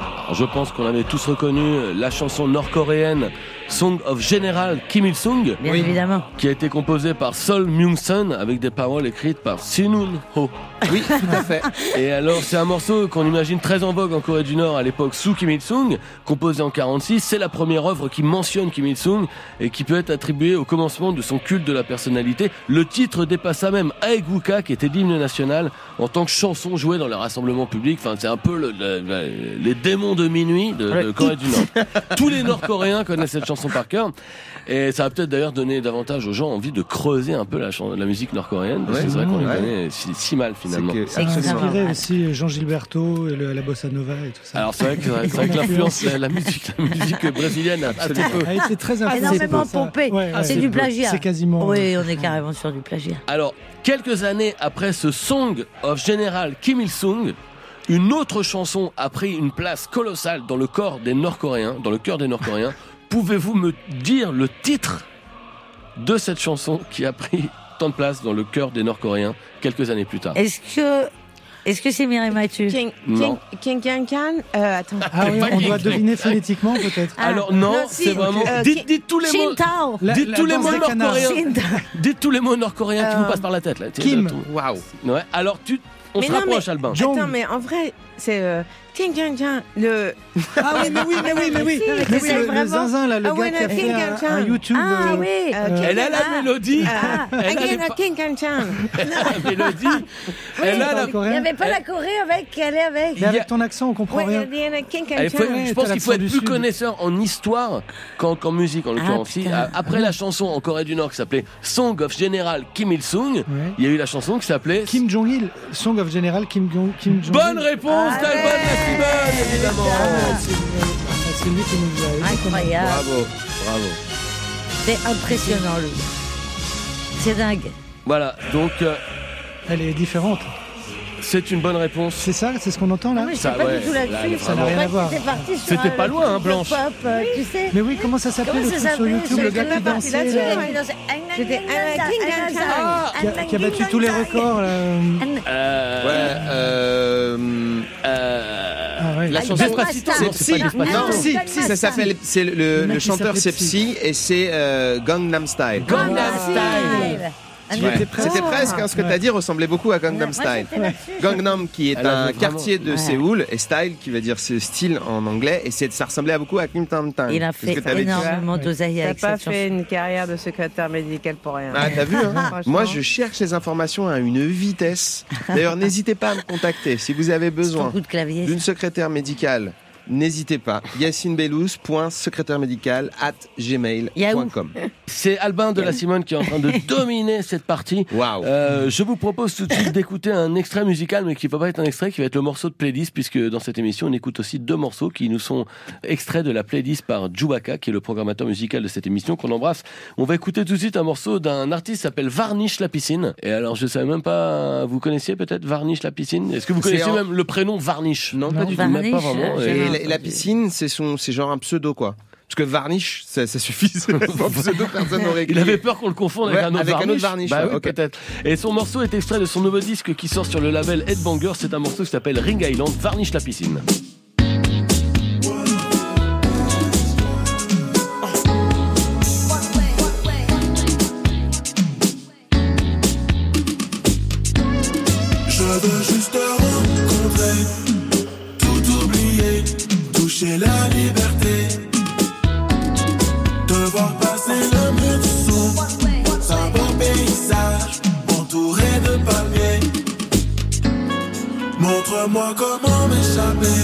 S2: Alors, Je pense qu'on avait tous reconnu la chanson nord-coréenne Song of General Kim Il-sung,
S5: Bien évidemment.
S2: qui a été composée par Sol Myung-sun avec des paroles écrites par Sinun Ho.
S4: Oui, tout à fait.
S2: Et alors, c'est un morceau qu'on imagine très en vogue en Corée du Nord à l'époque sous Kim Il-sung, composé en 46. C'est la première œuvre qui mentionne Kim Il-sung et qui peut être attribuée au commencement de son culte de la personnalité. Le titre dépassa même Aegwuka, qui était l'hymne national, en tant que chanson jouée dans les rassemblements publics. Enfin, c'est un peu le- le- le- les démons de minuit de, de Corée du Nord. Tous les Nord-Coréens connaissent cette chanson par cœur. Et ça va peut-être d'ailleurs donner davantage aux gens envie de creuser un peu la, chan- la musique nord-coréenne, parce que
S4: Ouais,
S2: c'est vrai qu'on
S4: ouais.
S2: les connaît si, si mal
S4: C'est
S2: finalement.
S4: que-
S6: Ça
S5: C'est Absolument.
S6: inspirait Ah, aussi Jean Gilberto et le- la bossa nova et tout ça.
S2: Alors c'est vrai que, c'est vrai que l'influence, la, la musique, la musique brésilienne a assez peu.
S6: Ah, Elle était très influencée
S5: Énormément
S6: par ça.
S5: pompé.
S6: Ouais, ouais.
S5: C'est du plagiat.
S6: C'est quasiment.
S2: Oh.
S6: euh,
S5: Oui, on est carrément sur du plagiat.
S2: Alors quelques années après ce Song of General Kim Il Sung, une autre chanson a pris une place colossale dans le corps des Nord-Coréens, dans le cœur des Nord-Coréens. Pouvez-vous me dire le titre de cette chanson qui a pris tant de place dans le cœur des Nord-Coréens quelques années plus tard
S5: Est-ce que est-ce que c'est Mireille Mathieu
S3: King,
S2: Non.
S3: King, King, King, King, euh, attends.
S6: Ah oui,
S2: Pas
S6: on doit
S2: King.
S6: deviner phonétiquement peut-être.
S5: Ah,
S2: Alors non,
S3: non, si,
S2: c'est vraiment.
S3: euh,
S2: dites, dites tous les mots.
S5: Shintao
S6: La-
S2: Dites
S6: la
S2: tous les
S6: danse
S2: mots
S6: des canards.
S2: nord-coréens. Dites tous les mots nord-coréens qui
S3: Euh,
S2: vous passent par la tête là.
S6: Kim.
S2: Waouh. Ouais. Alors tu, on
S3: Mais
S2: se
S3: non,
S2: rapproche,
S3: mais-
S2: Albin.
S6: Jong.
S3: Attends, mais en vrai, c'est. euh, Ting, Tiens, tiens, tiens. Le...
S6: Ah oui, mais oui, mais oui, mais oui. Mais oui, le, le zinzin, là, le
S3: Ah
S6: gars
S3: ouais,
S6: qui a
S3: le
S6: fait
S3: King
S6: un,
S3: Kang Chan.
S6: un YouTube.
S3: Ah
S6: euh,
S3: oui,
S6: euh,
S3: ok.
S2: Elle a la
S3: Ah.
S2: mélodie.
S3: Ah,
S2: Elle a les
S3: Again,
S2: pa-
S3: a King Kang Chan.
S2: la mélodie. Elle a la.
S6: en coréen.
S5: Il n'y avait pas la Corée avec, elle est avec.
S6: Mais avec ton accent, on comprend
S3: Ouais,
S6: rien.
S3: Again, a King Kang
S2: Elle faut-
S3: Chan.
S2: je
S6: Ouais,
S2: pense
S6: t'as
S2: qu'il faut être
S6: l'accent
S2: plus
S6: du Sud.
S2: connaisseur en histoire qu'en qu'en musique en l'occurrence. Si, a- Après la chanson en Corée du Nord qui s'appelait Song of General Kim Il-sung, il y a eu la chanson qui s'appelait
S6: Kim Jong-il, Song of General Kim, Jong- Kim Jong-il.
S2: Bonne réponse
S3: Ah
S2: d'Alban Lafibonne, évidemment.
S6: Ah, C'est lui qui nous a
S5: Incroyable.
S2: Bravo, bravo.
S5: C'est impressionnant, lui. C'est dingue.
S2: Voilà, donc euh,
S6: Elle est différente.
S2: c'est une bonne réponse.
S6: C'est ça, c'est ce qu'on entend
S5: Ah,
S6: là
S5: mais je
S2: Ça,
S5: sais pas
S2: ouais,
S5: du tout
S2: là,
S5: là-dessus.
S2: ça
S6: n'a rien à voir.
S5: C'était parti sur
S2: C'était
S5: un-
S2: pas loin, hein,
S5: le
S2: Blanche.
S5: Pop, euh, tu sais.
S6: Mais oui, comment ça s'appelait le
S5: Comment ça
S6: truc sur
S5: s'appelait
S6: YouTube,
S5: ce
S6: le gars
S5: truc-là
S6: qui dansait
S3: là-dessus,
S6: là,
S3: ouais. C'était
S6: Ah, qui, a, qui a battu tous les records. Là. euh,
S2: Euh,
S4: Ouais, euh,
S2: euh,
S6: Ah ouais.
S2: La
S5: Ah,
S2: chanson
S5: Despacito.
S2: c'est-
S4: Psy.
S2: c'est pas Despacito.
S4: Non,
S5: Ah,
S4: si,
S5: Gangnam
S4: si, ça
S5: Style.
S4: s'appelle. C'est le,
S6: Le mec
S4: le
S6: qui
S4: chanteur,
S6: s'appelait
S4: c'est
S6: Psy.
S4: Psy et c'est euh, Gangnam Style.
S2: Gangnam
S5: Ah,
S2: Style.
S6: Tu
S4: Ouais.
S6: étais presque.
S4: C'était presque, hein, ce que
S6: Ouais.
S4: t'as dit ressemblait beaucoup à Gangnam Style. Gangnam qui est
S2: Elle
S4: un
S2: avait vraiment-
S4: quartier de
S5: Ouais.
S4: Séoul et style qui veut dire ce style en anglais et c'est- ça ressemblait à beaucoup à Kim Tam Tam.
S5: Il a
S4: C'est ce que
S5: fait
S4: t'avais dit.
S5: énormément
S6: Ouais.
S5: d'oseille
S3: T'as
S5: avec
S3: pas
S5: cette
S3: fait
S5: chanson.
S3: une carrière de secrétaire médical pour rien.
S4: Ah t'as vu hein
S3: Franchement.
S4: Moi je cherche les informations à une vitesse. D'ailleurs n'hésitez pas à me contacter si vous avez
S5: Ton
S4: besoin
S5: coup de clavier.
S4: d'une secrétaire médicale. N'hésitez pas. yacinebelous.secrétairemédicale at gmail.com.
S2: C'est Albin de la Simone qui est en train de dominer cette partie.
S4: Waouh.
S2: Euh, je vous propose tout de suite d'écouter un extrait musical, mais qui ne va pas être un extrait, qui va être le morceau de playlist, puisque dans cette émission, on écoute aussi deux morceaux qui nous sont extraits de la playlist par Djoubaka, qui est le programmateur musical de cette émission, qu'on embrasse. On va écouter tout de suite un morceau d'un artiste qui s'appelle Varnish la piscine. Et alors, je ne savais même pas, vous connaissiez peut-être Varnish la piscine Est-ce que vous
S4: C'est
S2: connaissez
S4: un-
S2: même le prénom Varnish
S4: Non,
S6: Non,
S4: pas du tout.
S5: Varnish,
S2: Même pas vraiment.
S5: euh,
S2: Et-
S4: Et la, la piscine, c'est son, c'est genre un pseudo quoi. Parce que varnish, ça, ça suffit. c'est un pseudo, personne n'aurait
S2: Il avait peur qu'on le confonde avec
S4: Ouais,
S2: un autre
S4: avec un
S2: varnish.
S4: autre varnish,
S2: Bah
S4: ouais,
S2: oui,
S4: ok.
S2: peut-être. Et son morceau est extrait de son nouveau disque qui sort sur le label Headbanger. C'est un morceau qui s'appelle Ring Island, Varnish la piscine.
S11: Je veux juste te rencontrer, tout oublier, toucher la liberté. Te voir passer le mur du son, un beau paysage, entouré de palmiers. Montre-moi comment m'échapper,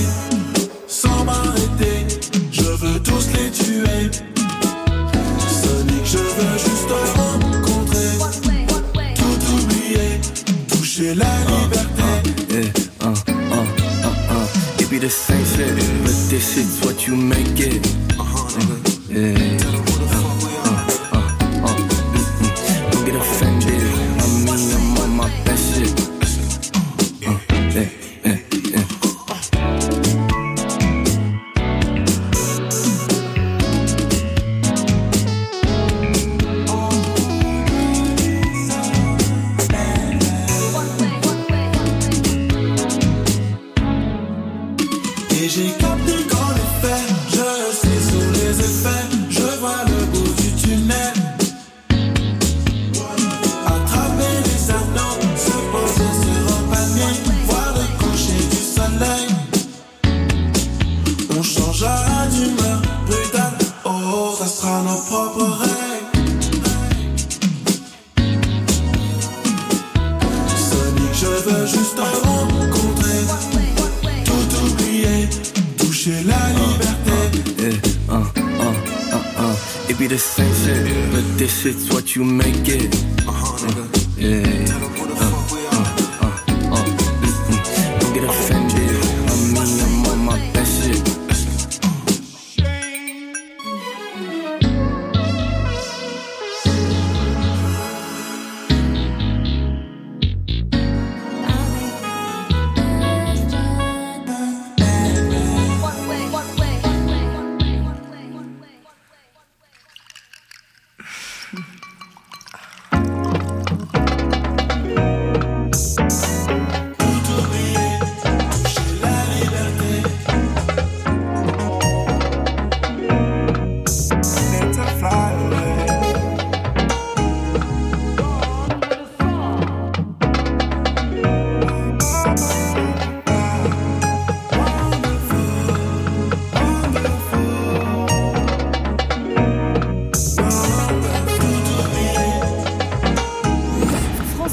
S11: sans m'arrêter, je veux tous les tuer. Sonic, je veux juste te rencontrer tout oublier, toucher la liberté.
S12: uh, uh, uh, uh. It be the same shit, but this is what you make it. Yeah. Uh, uh, uh, uh, mm, mm. Don't get offended. I mean, I'm on my best shit. Uh, yeah, yeah, yeah.
S11: Et j'ai capté qu'en effet, je suis sous les effets, je vois le bout du tunnel. Attraper les anneaux, se poser sur un panier, voir le coucher du soleil. On changera d'humeur brutale, oh, ça sera nos propres règles. Sonic, je veux juste te rencontrer. Tout oublier, toucher la liberté.
S12: Yeah, uh, uh, uh, uh. It be the same shit, but this is what you make it. Yeah. Uh, uh, mm, mm. Don't get offended. I mean, I'm on my best shit.
S11: Sonic,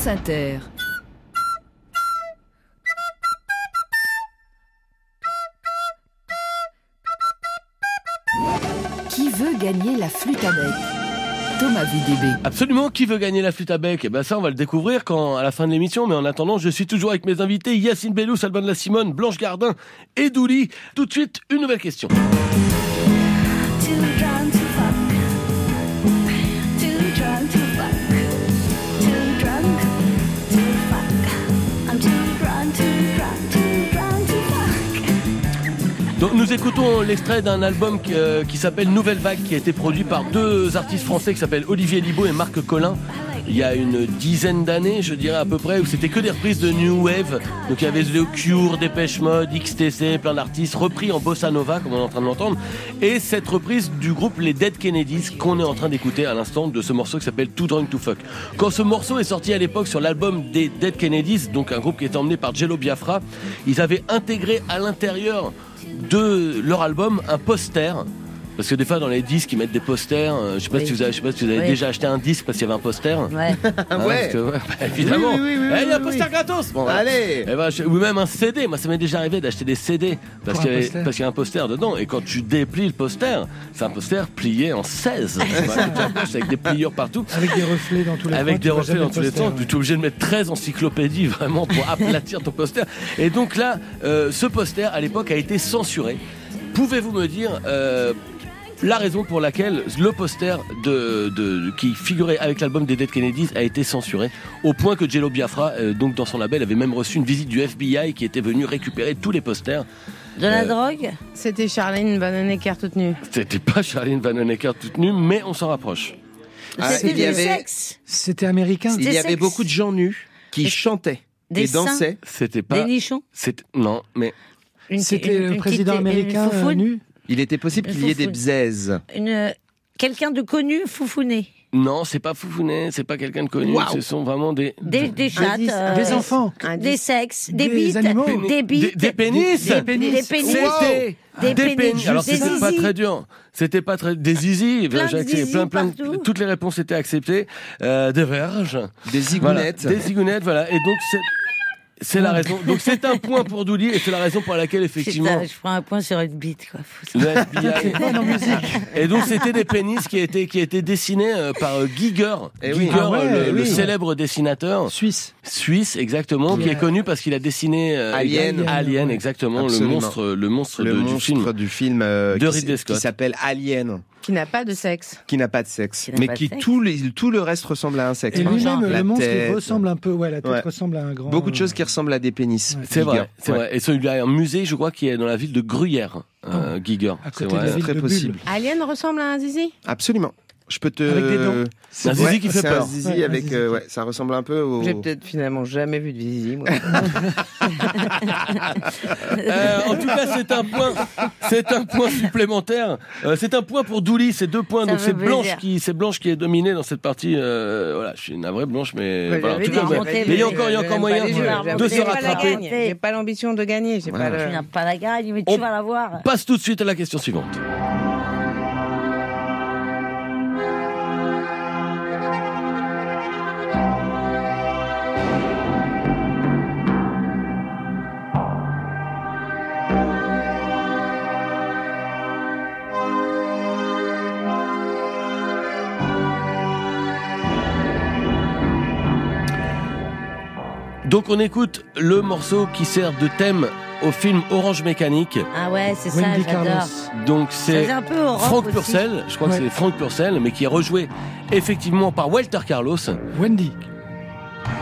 S13: Inter.
S1: Qui veut gagner la flûte à bec Thomas VDB.
S2: Absolument, qui veut gagner la flûte à bec Eh ben ça, on va le découvrir quand, à la fin de l'émission. Mais en attendant, je suis toujours avec mes invités Yacine Bellous, Albin de la Simone, Blanche Gardin et Douli. Tout de suite, une nouvelle question. Donc nous écoutons l'extrait d'un album qui, euh, qui s'appelle Nouvelle Vague, qui a été produit par deux artistes français qui s'appellent Olivier Libaud et Marc Collin. Il y a une dizaine d'années, je dirais à peu près, où c'était que des reprises de New Wave. Donc il y avait The Cure, Dépêche Mode, XTC, plein d'artistes repris en bossa nova, comme on est en train de l'entendre. Et cette reprise du groupe Les Dead Kennedys, qu'on est en train d'écouter à l'instant de ce morceau qui s'appelle Too Drunk to Fuck. Quand ce morceau est sorti à l'époque sur l'album des Dead Kennedys, donc un groupe qui était emmené par Jello Biafra, ils avaient intégré à l'intérieur de leur album un poster. Parce que des fois dans les disques ils mettent des posters. euh, Je sais pas
S5: Oui.
S2: si vous avez, je sais pas si vous avez
S5: Oui.
S2: déjà acheté un disque parce qu'il y avait un poster.
S5: Ouais.
S2: Hein, parce que, ouais, bah, évidemment.
S5: Oui, oui, oui, oui,
S2: Eh, il y a un
S5: oui,
S2: poster
S5: oui.
S2: gratos. Bon, ouais.
S5: Allez.
S2: Eh ben, je- ou même un CD. Moi ça m'est déjà arrivé d'acheter des CD parce
S6: Pour un
S2: qu'il y avait-
S6: poster.
S2: parce qu'il y a un poster dedans. Et quand tu déplies le poster, c'est un poster plié en 16. Voilà, tu approches avec des pliures partout.
S6: Avec des reflets dans tous les
S2: Avec
S6: coins, tu
S2: des
S6: vois
S2: reflets
S6: jamais
S2: dans
S6: le
S2: tous les
S6: poster, hein.
S2: temps,
S6: ouais.
S2: tu es obligé de mettre 13 encyclopédies vraiment pour aplatir ton poster. Et donc là, euh, ce poster à l'époque a été censuré. Pouvez-vous me dire euh, la raison pour laquelle le poster de, de- qui figurait avec l'album des Dead Kennedys a été censuré au point que Jello Biafra, euh, donc dans son label, avait même reçu une visite du FBI qui était venu récupérer tous les posters.
S3: De la
S2: Euh,
S3: drogue C'était Charlene Bannon-Eckhart toute nue.
S2: C'était pas Charlene Vanhoenacker toute nue, mais on s'en rapproche.
S4: il y avait,
S6: C'était américain.
S4: il y avait beaucoup de gens nus qui chantaient
S6: des
S4: et dansaient.
S2: C'était pas. C'est- Non, mais.
S6: C'était le président américain euh, nu.
S4: Il était possible
S5: Une
S4: qu'il y ait des
S5: foufoune.
S4: bzaises.
S5: Une, euh, Quelqu'un de connu, foufouné.
S2: Non, c'est pas Foufounet, c'est pas quelqu'un de connu.
S5: Waouh.
S2: Ce sont vraiment des.
S5: Des, des chattes.
S6: Indice.
S5: euh,
S6: Des enfants.
S5: Des sexes. Des,
S6: Des
S5: bites.
S6: animaux.
S5: Des bites.
S2: Des pénis.
S5: Des pénis. Des pénis.
S2: C'était
S5: Des
S2: des pénis.
S5: pénis.
S2: Alors
S5: Des
S2: c'était pas
S5: zizis.
S2: très dur. C'était pas très des zizi.
S5: Plein de
S2: J'ai accepté
S5: zizi
S2: plein plein de-
S5: partout.
S2: toutes les réponses étaient acceptées. Euh, des verges,
S4: des zigounettes.
S2: des zigounettes voilà. Et donc c'est c'est la raison. Donc c'est un point pour Douli et c'est la raison pour laquelle effectivement
S5: Putain, je prends un point sur une bite, quoi. Faut ça.
S2: le FBI. Et donc c'était des pénis qui étaient qui étaient dessinés euh, par euh, Giger,
S4: Eh oui.
S2: Giger,
S4: Ah ouais,
S2: euh, le,
S4: eh
S2: le
S4: oui.
S2: célèbre dessinateur
S6: Suisse.
S2: suisse exactement, qui
S4: Ouais.
S2: est connu parce qu'il a dessiné euh,
S4: Alien.
S2: Alien exactement,
S4: Absolument.
S2: le monstre le monstre,
S4: Le
S2: de-
S4: monstre
S2: du film.
S4: du film euh,
S2: De
S4: qui s-
S2: Ridley
S4: qui
S2: Scott.
S4: s'appelle Alien,
S3: Qui n'a pas de sexe.
S4: qui n'a pas de sexe,
S5: n'a
S4: mais
S5: pas de
S4: qui
S5: sexe.
S4: tout, les- tout le reste ressemble à un sexe.
S6: Et lui-même,
S4: La
S6: le monstre, il
S4: tête.
S6: ressemble un peu. Ouais, la tête
S4: Ouais.
S6: ressemble à un grand.
S4: Beaucoup de choses qui ressemblent à des pénis.
S2: C'est
S4: Giger.
S2: vrai, c'est
S4: Ouais.
S2: vrai. Et celui-là est un musée, je crois, qui est dans la ville de Gruyère, euh, Giger.
S6: À
S2: C'est
S6: côté de
S2: vrai.
S6: la ville
S4: très
S6: de
S4: possible.
S6: Bulle.
S3: Alien ressemble à un zizi
S4: Absolument. Je peux te.
S6: Avec des dents.
S4: C'est
S2: Un zizi qui fait
S4: c'est
S2: peur.
S4: Un zizi
S6: Ouais, un
S4: avec.
S6: zizi
S4: euh,
S6: qui-
S4: ouais, ça ressemble un peu au.
S3: J'ai peut-être finalement jamais vu de zizi, moi.
S2: Euh, en tout cas, c'est un point, c'est un point supplémentaire. Euh, c'est un point pour Douli, c'est deux points.
S5: Ça
S2: Donc
S5: me
S2: c'est
S5: fait
S2: Blanche
S5: plaisir.
S2: qui, c'est Blanche qui est dominée dans cette partie. euh, voilà, je suis une vraie Blanche, mais
S3: Ouais,
S2: voilà. En
S3: j'avais
S2: tout
S3: dit,
S2: cas,
S5: j'avais
S2: ouais.
S5: dit,
S2: mais il y
S5: j'avais
S2: a encore, il y a
S3: Je
S2: encore
S3: n'aime
S2: moyen
S3: pas les jeux,
S5: de
S3: j'avoue,
S2: se
S3: j'ai pas la
S2: rattraper.
S3: gagne, J'ai pas l'ambition de gagner. J'ai
S4: Voilà.
S3: pas
S5: Tu
S3: le...
S5: n'as pas la gagne, mais
S2: On-
S5: tu vas la voir.
S2: Passe tout de suite à la question suivante. Donc on écoute le morceau qui sert de thème au film Orange Mécanique.
S5: Ah ouais, c'est ça,
S6: Wendy
S5: j'adore.
S6: Carlos.
S2: Donc
S5: Ça
S2: c'est
S5: faisait un peu au rock
S2: Franck
S5: aussi.
S2: Purcell, je crois
S6: Ouais.
S2: que c'est Franck Purcell, mais qui est rejoué effectivement par Walter Carlos.
S6: Wendy.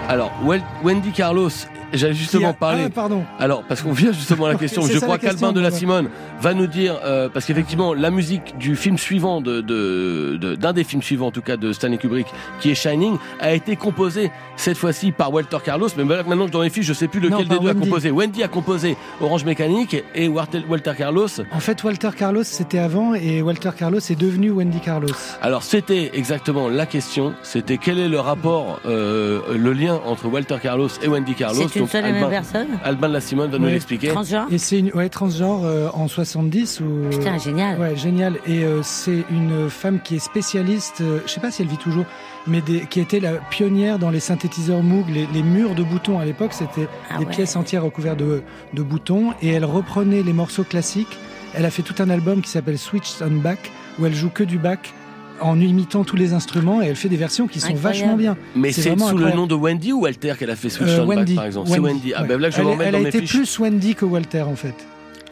S2: Alors, Wel- Wendy Carlos, j'allais justement
S6: Qui a-
S2: parler.
S6: Ah, pardon.
S2: Alors, parce qu'on vient justement à la question,
S6: C'est
S2: je
S6: ça
S2: crois
S6: la question,
S2: qu'Albin de la
S6: ouais.
S2: Simone va nous dire, euh, parce qu'effectivement, la musique du film suivant, de, de- de- d'un des films suivants en tout cas de Stanley Kubrick, qui est Shining, a été composée cette fois-ci par Walter Carlos, mais voilà que maintenant que dans les fiches, je sais plus lequel
S6: Non, par
S2: des deux a
S6: Wendy.
S2: composé. Wendy a composé Orange Mécanique et Walter, Walter Carlos.
S6: En fait, Walter Carlos, c'était avant et Walter Carlos est devenu Wendy Carlos.
S2: Alors c'était exactement la question, c'était quel est le rapport, euh, le lien entre Walter Carlos et Wendy Carlos
S5: C'est c'est une
S2: Donc,
S5: seule et même
S2: Albin-
S5: personne
S2: Albin de la Simone va nous
S6: Ouais.
S2: l'expliquer.
S6: Et c'est une ouais, transgenre euh, en 70 ou
S5: Ah. Putain, génial.
S6: Ouais, génial. Et euh, c'est une femme qui est spécialiste, euh, je sais pas si elle vit toujours, mais des- qui était la pionnière dans les synthétiseurs Moog, les, les murs de boutons à l'époque, c'était des
S5: Ah ouais.
S6: pièces entières recouvertes de, de boutons et elle reprenait les morceaux classiques. Elle a fait tout un album qui s'appelle Switch on Back où elle joue que du back en imitant tous les instruments et elle fait des versions qui sont
S5: Incroyable.
S6: vachement bien.
S2: Mais c'est sous
S6: vraiment
S2: le
S6: incroyable.
S2: nom de Wendy ou Walter qu'elle a fait Switch
S6: Euh,
S2: on Back, par exemple C'est Wendy. Ah
S6: ouais.
S2: ben là, je
S6: elle,
S2: vais le
S6: est-
S2: remets
S6: elle
S2: dans
S6: a
S2: mes
S6: été
S2: fiches.
S6: plus Wendy que Walter en fait.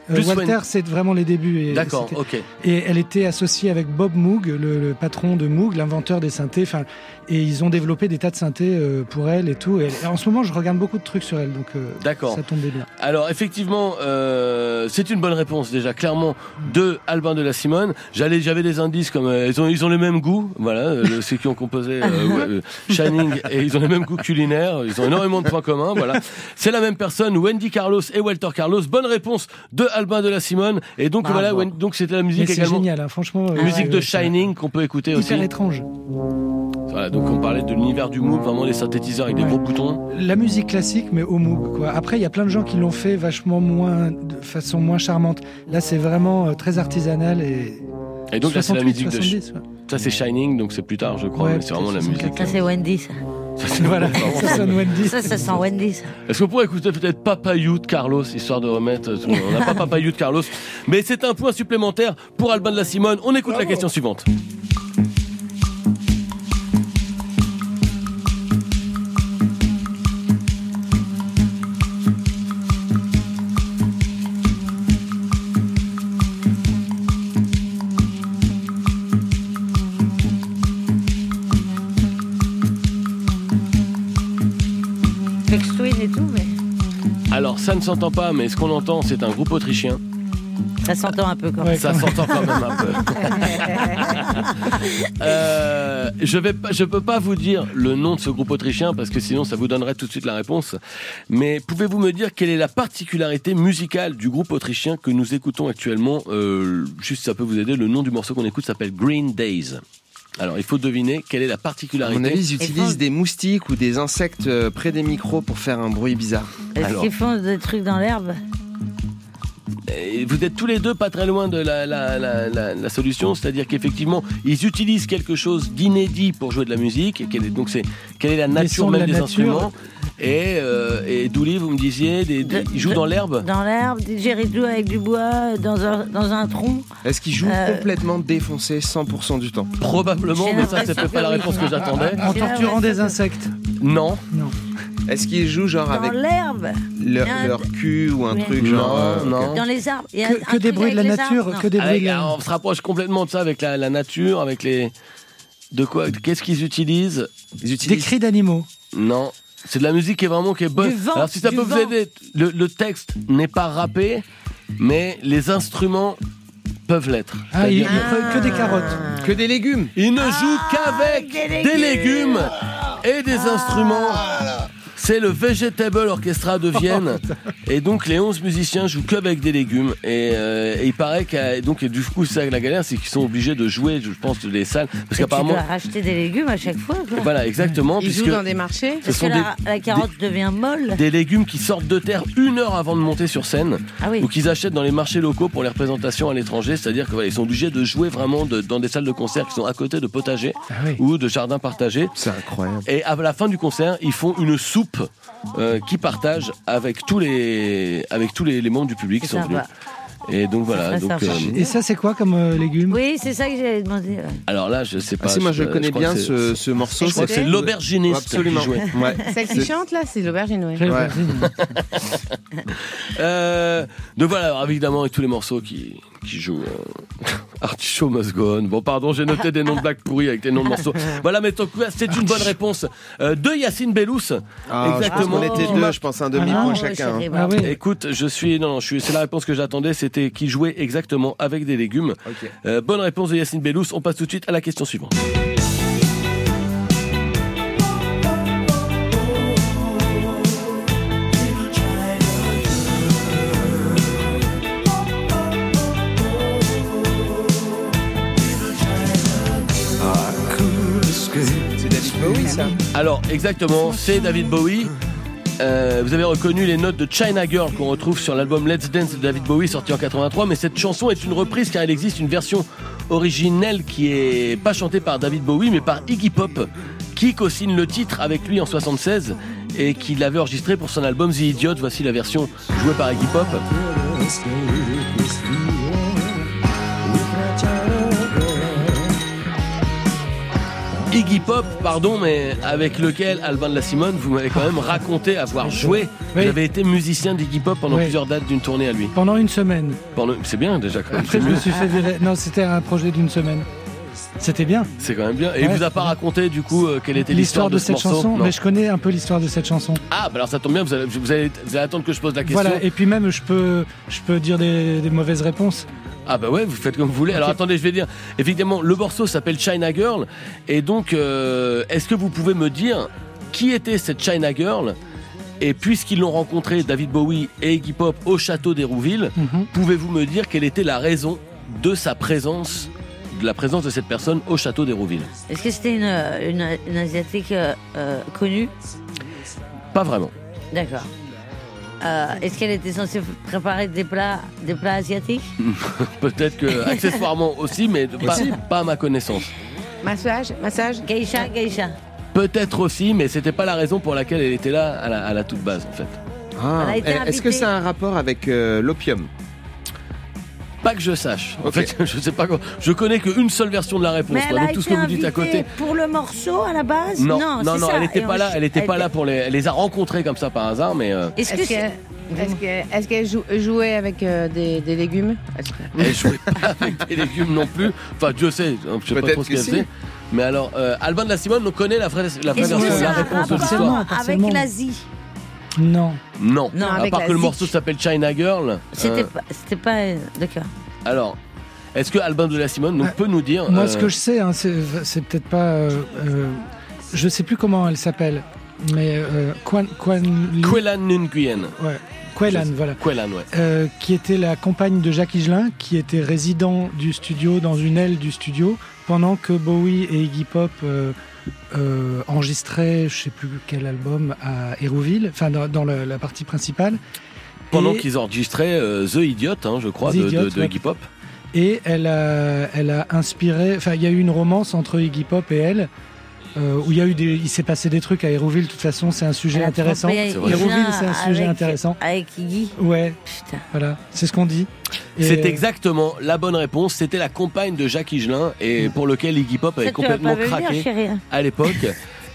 S6: Euh,
S2: Plus
S6: Walter,
S2: Wendy.
S6: c'est vraiment les débuts. et
S2: D'accord,
S6: c'était-
S2: ok.
S6: Et elle était associée avec Bob Moog, le, le patron de Moog, l'inventeur des synthés. Enfin, et ils ont développé des tas de synthés euh, pour elle et tout. Et, elle- en ce moment, je regarde beaucoup de trucs sur elle, donc euh,
S2: D'accord.
S6: ça tombait bien.
S2: Alors effectivement, euh, c'est une bonne réponse déjà clairement de Albin de la Simone. J'allais, j'avais des indices comme euh, ils ont ils ont les mêmes goûts, voilà, euh, ceux qui ont composé euh, ouais, euh, Shining et ils ont les mêmes goûts culinaires, ils ont énormément de points communs, voilà. C'est la même personne, Wendy Carlos et Walter Carlos. Bonne réponse de Albin de la Simone et donc
S6: Bravo.
S2: voilà, Wen- donc c'était la musique
S6: Mais c'est
S2: également.
S6: génial, hein, franchement. euh,
S2: Musique
S6: ouais,
S2: de
S6: ouais, c'est
S2: Shining qu'on peut écouter aussi.
S6: Hyper étrange.
S2: Voilà, donc on parlait de l'univers du Moog, vraiment des synthétiseurs avec des gros boutons.
S6: La musique classique, mais au Moog. Quoi. Après, il y a plein de gens qui l'ont fait vachement moins, de façon moins charmante. Là, c'est vraiment euh, très artisanal et.
S2: Et donc là c'est la
S6: 68,
S2: musique
S6: 70,
S2: de
S6: ouais.
S2: ça c'est Shining, donc c'est plus tard je crois,
S6: Ouais,
S2: mais c'est vraiment la musique.
S5: Ça, c'est Wendy, ça.
S6: Voilà, ça sonne Wendy.
S5: Ça, ça sent Wendy, ça.
S2: Est-ce qu'on pourrait écouter peut-être Papayou de Carlos, histoire de remettre tout le monde On n'a pas Papayou de Carlos, mais c'est un point supplémentaire pour Albin de la Simone. On écoute la question suivante.
S5: Sex Twin et tout, mais
S2: Alors, ça ne s'entend pas, mais ce qu'on entend, c'est un groupe autrichien.
S5: ça s'entend un peu quand même.
S2: ça s'entend quand même un peu. Euh, je vais pas, je peux pas vous dire le nom de ce groupe autrichien parce que sinon ça vous donnerait tout de suite la réponse. Mais pouvez-vous me dire quelle est la particularité musicale du groupe autrichien que nous écoutons actuellement Euh, Juste, ça peut vous aider. Le nom du morceau qu'on écoute s'appelle Green Days. Alors, il faut deviner quelle est la
S4: À
S2: particularité.
S4: mon avis, ils utilisent des moustiques ou des insectes euh, près des micros pour faire un bruit bizarre.
S5: Est-ce qu'ils font des trucs dans l'herbe
S2: Et vous êtes tous les deux pas très loin de la, la- la- la- la solution, c'est-à-dire qu'effectivement, ils utilisent quelque chose d'inédit pour jouer de la musique, et quelle est, donc c'est quelle est la nature
S6: sons de
S2: même
S6: la
S2: des
S6: nature.
S2: instruments. Et, euh, et Douli, vous me disiez, des- des- ils jouent dans l'herbe
S5: Dans l'herbe, des Jerry avec du bois, euh, dans un, dans un tronc.
S4: Est-ce qu'ils jouent
S5: Euh,
S4: complètement défoncé 100% du temps
S2: Probablement,
S5: J'ai
S2: mais ça,
S5: l'impression
S2: c'était pas
S5: que
S2: la
S5: oui.
S2: réponse que j'attendais.
S6: En
S5: Ah,
S6: torturant des insectes.
S2: Non.
S4: Est-ce qu'ils jouent genre
S5: Dans
S4: avec
S5: l'herbe
S4: leur,
S5: Il y a un-
S4: leur cul ou un
S5: Oui.
S4: truc
S2: Non,
S4: genre euh,
S2: non.
S5: Dans les arbres. Il y a un
S6: Que, que
S5: truc
S6: des bruits de la
S5: avec les
S6: nature,
S5: arbres,
S6: que des bruits
S2: Avec-
S6: de la
S2: alors, on se rapproche complètement de ça avec la, la nature, avec les. De quoi Qu'est-ce qu'ils utilisent
S4: Ils
S6: Des
S4: utilisent
S6: cris d'animaux.
S2: Non. C'est de la musique qui est vraiment qui est bonne.
S5: Du vent,
S2: Alors si ça
S5: du
S2: peut vous
S5: vent.
S2: aider, le, le texte n'est pas rappé, mais les instruments peuvent l'être.
S6: Ah, il-
S2: C'est-à-dire que-
S6: que- que des carottes.
S4: que des légumes.
S2: Ils ne jouent qu'avec
S5: Ah, des
S2: des,
S5: légumes. Ah.
S2: légumes et des instruments. C'est le Vegetable Orchestra de
S5: Oh,
S2: Vienne. et donc, les 11 musiciens jouent qu'avec des légumes. Et, euh, et il paraît qu'à, donc, et du coup, ça, la galère, c'est qu'ils sont obligés de jouer, je pense, les salles. Parce
S5: Et Tu
S2: qu'apparemment,
S5: dois racheter des légumes à chaque fois. Quoi.
S2: voilà, exactement,
S3: Ils
S2: puisque
S3: jouent dans des marchés.
S2: ce
S5: Parce
S2: sont
S5: que
S2: des,
S5: la, la carotte devient molle.
S2: des légumes qui sortent de terre une heure avant de monter sur scène
S5: Ah oui.
S2: ou qu'ils achètent dans les marchés locaux pour les représentations à l'étranger, c'est-à-dire qu'ils sont obligés de jouer vraiment de- dans des salles de concert qui sont à côté de potagers
S6: Ah oui.
S2: ou de jardins partagés.
S4: C'est incroyable.
S2: Et à la fin du concert, ils font une soupe euh, qu'ils partagent avec tous les avec tous les, les membres du public qui
S5: C'est
S2: sont venus.
S5: sympa.
S2: Et donc voilà.
S5: très
S2: Donc,
S5: sympa.
S6: Et ça, c'est quoi comme euh, légume
S5: Oui, c'est ça que j'avais demandé. ouais.
S2: alors là, Bah, je sais pas.
S4: Ah, si, moi je, connais
S2: crois
S4: bien
S2: que c'est-
S4: ce, ce morceau.
S2: Je crois que c'est l'auberginiste
S4: Absolument.
S2: qui jouait.
S4: Ouais.
S3: Celle qui
S4: C'est-
S3: chante là, c'est l'aubergine, ouais.
S6: Très
S4: Ouais.
S6: bien.
S2: Euh, donc voilà, alors, évidemment, et tous les morceaux qui, qui jouent. euh, Artichaut must go on. Bon, pardon, j'ai noté des noms de blagues pourries avec des noms de morceaux. Voilà, mais en tout cas, c'est une bonne réponse euh, de Yacine Bellous.
S4: Ah,
S2: Exactement.
S4: Exactement. On était deux, je pense, un
S6: Ah,
S5: oh,
S4: demi-point
S6: ouais,
S4: chacun.
S5: c'est
S4: hein.
S5: vrai.
S6: Ah oui.
S2: Écoute, je suis. Non, non, je suis. C'est la réponse que j'attendais. C'était qui jouait exactement avec des légumes.
S4: Ok.
S2: Euh, bonne réponse de Yacine Bellous. On passe tout de suite à la question suivante.
S4: C'est David Bowie ça
S2: Alors, exactement, c'est David Bowie. Euh, vous avez reconnu les notes de China Girl qu'on retrouve sur l'album Let's Dance de David Bowie sorti en 83, mais cette chanson est une reprise car il existe une version originelle qui est pas chantée par David Bowie mais par Iggy Pop qui co-signe le titre avec lui en 76 et qui l'avait enregistré pour son album The Idiot. Voici la version jouée par Iggy Pop. Iggy Pop, pardon, mais avec lequel Albin de la Simone, vous m'avez quand même raconté avoir joué.
S6: Oui.
S2: J'avais été musicien d'Iggy Pop pendant
S6: Oui.
S2: plusieurs dates d'une tournée à lui.
S6: Pendant une semaine.
S2: Pendant- C'est bien déjà quand même.
S6: Après,
S2: c'est
S6: je me
S2: mieux.
S6: suis fait virer. Non, c'était un projet d'une semaine. C'était bien.
S2: C'est quand même bien. Et il
S6: Ouais.
S2: vous a pas raconté du coup euh, quelle était l'histoire
S6: L'histoire
S2: de,
S6: de
S2: ce
S6: cette
S2: morceau
S6: chanson,
S2: Non.
S6: mais je connais un peu l'histoire de cette chanson.
S2: Ah, bah alors ça tombe bien, vous allez, vous allez- vous allez attendre que je pose la question.
S6: Voilà, et puis même, je peux, je peux dire des, des mauvaises réponses.
S2: Ah bah ouais, vous faites comme vous voulez. Alors attendez, je vais dire. Évidemment, le morceau s'appelle China Girl. Et donc, euh, est-ce que vous pouvez me dire qui était cette China Girl Et puisqu'ils l'ont rencontrée, David Bowie et Iggy Pop, au château d'Hérouville,
S6: Mhm.
S2: pouvez-vous me dire quelle était la raison de sa présence, de la présence de cette personne au château d'Hérouville
S5: Est-ce que c'était une, euh, une, une asiatique euh, euh, connue
S2: Pas vraiment.
S5: D'accord. Euh, Est-ce qu'elle était censée préparer des plats, des plats asiatiques
S2: Mm. Peut-être que, accessoirement aussi, mais pas,
S5: Possible.
S2: pas à ma connaissance.
S5: Massage, massage. Geisha, geisha.
S2: Peut-être aussi, mais c'était pas la raison pour laquelle elle était là à la, à la toute base, en fait.
S4: Ah,
S5: Elle a été
S4: Est-ce que
S5: invitée.
S4: ça a un rapport avec euh, l'opium
S2: Pas que je sache. En fait, je sais pas quoi. Je connais qu'une seule version de la réponse.
S5: Mais elle
S2: quoi.
S5: a
S2: Donc tout ce
S5: été
S2: que vous dites à côté.
S5: invitée pour le morceau à la base
S2: Non, non, non,
S5: c'est ça.
S2: elle n'était
S5: Et
S2: pas
S5: on-
S2: là. Elle était pas
S5: elle-
S2: là pour les. Elle les a rencontrés comme ça par hasard, mais euh,
S5: Est-ce que
S3: Est-ce
S5: c'est-
S3: que- est-ce que- est-ce qu'elle jou- jouait avec euh, des, des légumes Est-ce que-
S2: elle jouait pas avec des légumes non plus. Enfin, Dieu sait. Je sais pas
S4: Peut-être
S2: trop ce
S4: que
S2: qu'elle
S4: si.
S2: faisait. Mais alors, euh, Albin de la Simone, on connaît la vraie, la vraie
S5: Est-ce
S2: version
S5: que
S2: de
S5: ça
S2: la
S5: a un
S2: réponse de l'histoire.
S5: rapport avec
S6: forcément.
S5: l'Asie
S6: Non.
S2: Non.
S5: Non,
S2: à
S5: avec
S2: part
S5: la
S2: que le
S5: zik.
S2: morceau s'appelle China Girl.
S5: C'était
S2: euh,
S5: pas, c'était pas, euh, d'accord.
S2: Alors, est-ce que Albin de la Simone nous, peut nous dire
S6: Bah, Moi,
S2: euh,
S6: ce que je sais, hein, c'est c'est peut-être pas. euh, euh, je sais plus comment elle s'appelle, mais euh, Quan, Quan Li-
S2: Quelan Nguyen.
S6: ouais, Quelan, voilà.
S2: Quelan, ouais.
S6: Euh, qui était la compagne de Jacques Higelin, qui était résident du studio, dans une aile du studio, pendant que Bowie et Iggy Pop euh, euh, enregistraient, je sais plus quel album, à Hérouville, enfin dans, dans le- la partie principale.
S2: Pendant
S6: Et-
S2: qu'ils enregistraient euh, The Idiot, hein, je crois,
S6: The
S2: de, de-
S6: Idiot,
S2: de
S6: ouais.
S2: Iggy Pop.
S6: Et elle a, elle a inspiré. Enfin, il y a eu une romance entre Iggy Pop et elle. euh, où il y a eu des, il s'est passé des trucs à Hérouville. De toute façon, c'est un sujet
S5: Elle a
S6: intéressant.
S5: trompé Iggy
S6: Hérouville, c'est un sujet
S5: avec-
S6: intéressant.
S5: Avec Iggy.
S6: Ouais.
S5: Putain.
S6: Voilà, c'est ce qu'on dit. Et-
S2: C'est exactement la bonne réponse. C'était la compagne de Jacques Higelin
S6: Mm.
S2: et pour lequel Iggy Pop avait
S5: Ça, tu vas
S2: complètement
S5: pas venir,
S2: craqué
S5: chérie. hein.
S2: à l'époque.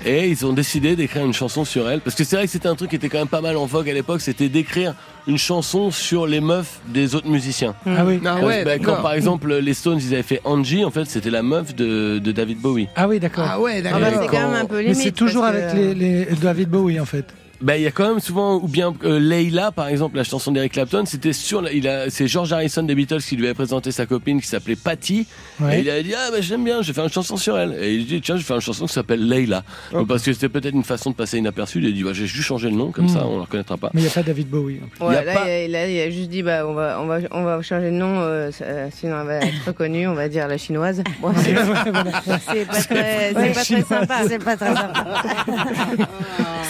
S2: Et ils ont décidé d'écrire une chanson sur elle. Parce que c'est vrai que c'était un truc qui était quand même pas mal en vogue à l'époque. C'était d'écrire une chanson sur les meufs des autres musiciens.
S6: Ah oui.
S4: Ah
S2: Parce-
S4: ouais,
S2: bah,
S4: d'accord.
S2: quand par exemple les Stones ils avaient fait Angie, en fait c'était la meuf de, de David Bowie.
S6: Ah oui, d'accord.
S4: ouais,
S3: Ah bah, c'est quand même un peu
S6: Mais
S3: limite.
S6: c'est toujours
S3: parce
S6: avec
S3: que- euh,
S6: les, les David Bowie en fait.
S2: Bah, il y a quand même souvent, ou bien euh, Leila, par exemple, la chanson d'Eric Clapton, c'était sur, la- il a, c'est George Harrison des Beatles qui lui avait présenté sa copine qui s'appelait Patty.
S6: Ouais.
S2: Et il avait dit, ah, bah, j'aime bien, je vais faire une chanson sur elle. Et il dit, tiens, je vais faire une chanson qui s'appelle Leila.
S6: Oh.
S2: Donc, parce que c'était peut-être une façon de passer inaperçu. Il a dit, bah, j'ai juste changé le nom, comme
S6: Mm.
S2: ça, on le reconnaîtra pas.
S6: Mais il n'y a pas David Bowie. en plus.
S2: Il y a
S3: Ouais, là,
S2: pas-
S3: il a- là, il a juste dit bah on va on va on va changer de nom euh, ça- euh, sinon elle va être reconnue on va dire la chinoise. Bon, c'est c'est pas très
S5: Ouais,
S3: c'est pas très
S6: chinoise.
S3: sympa.
S5: C'est pas très sympa.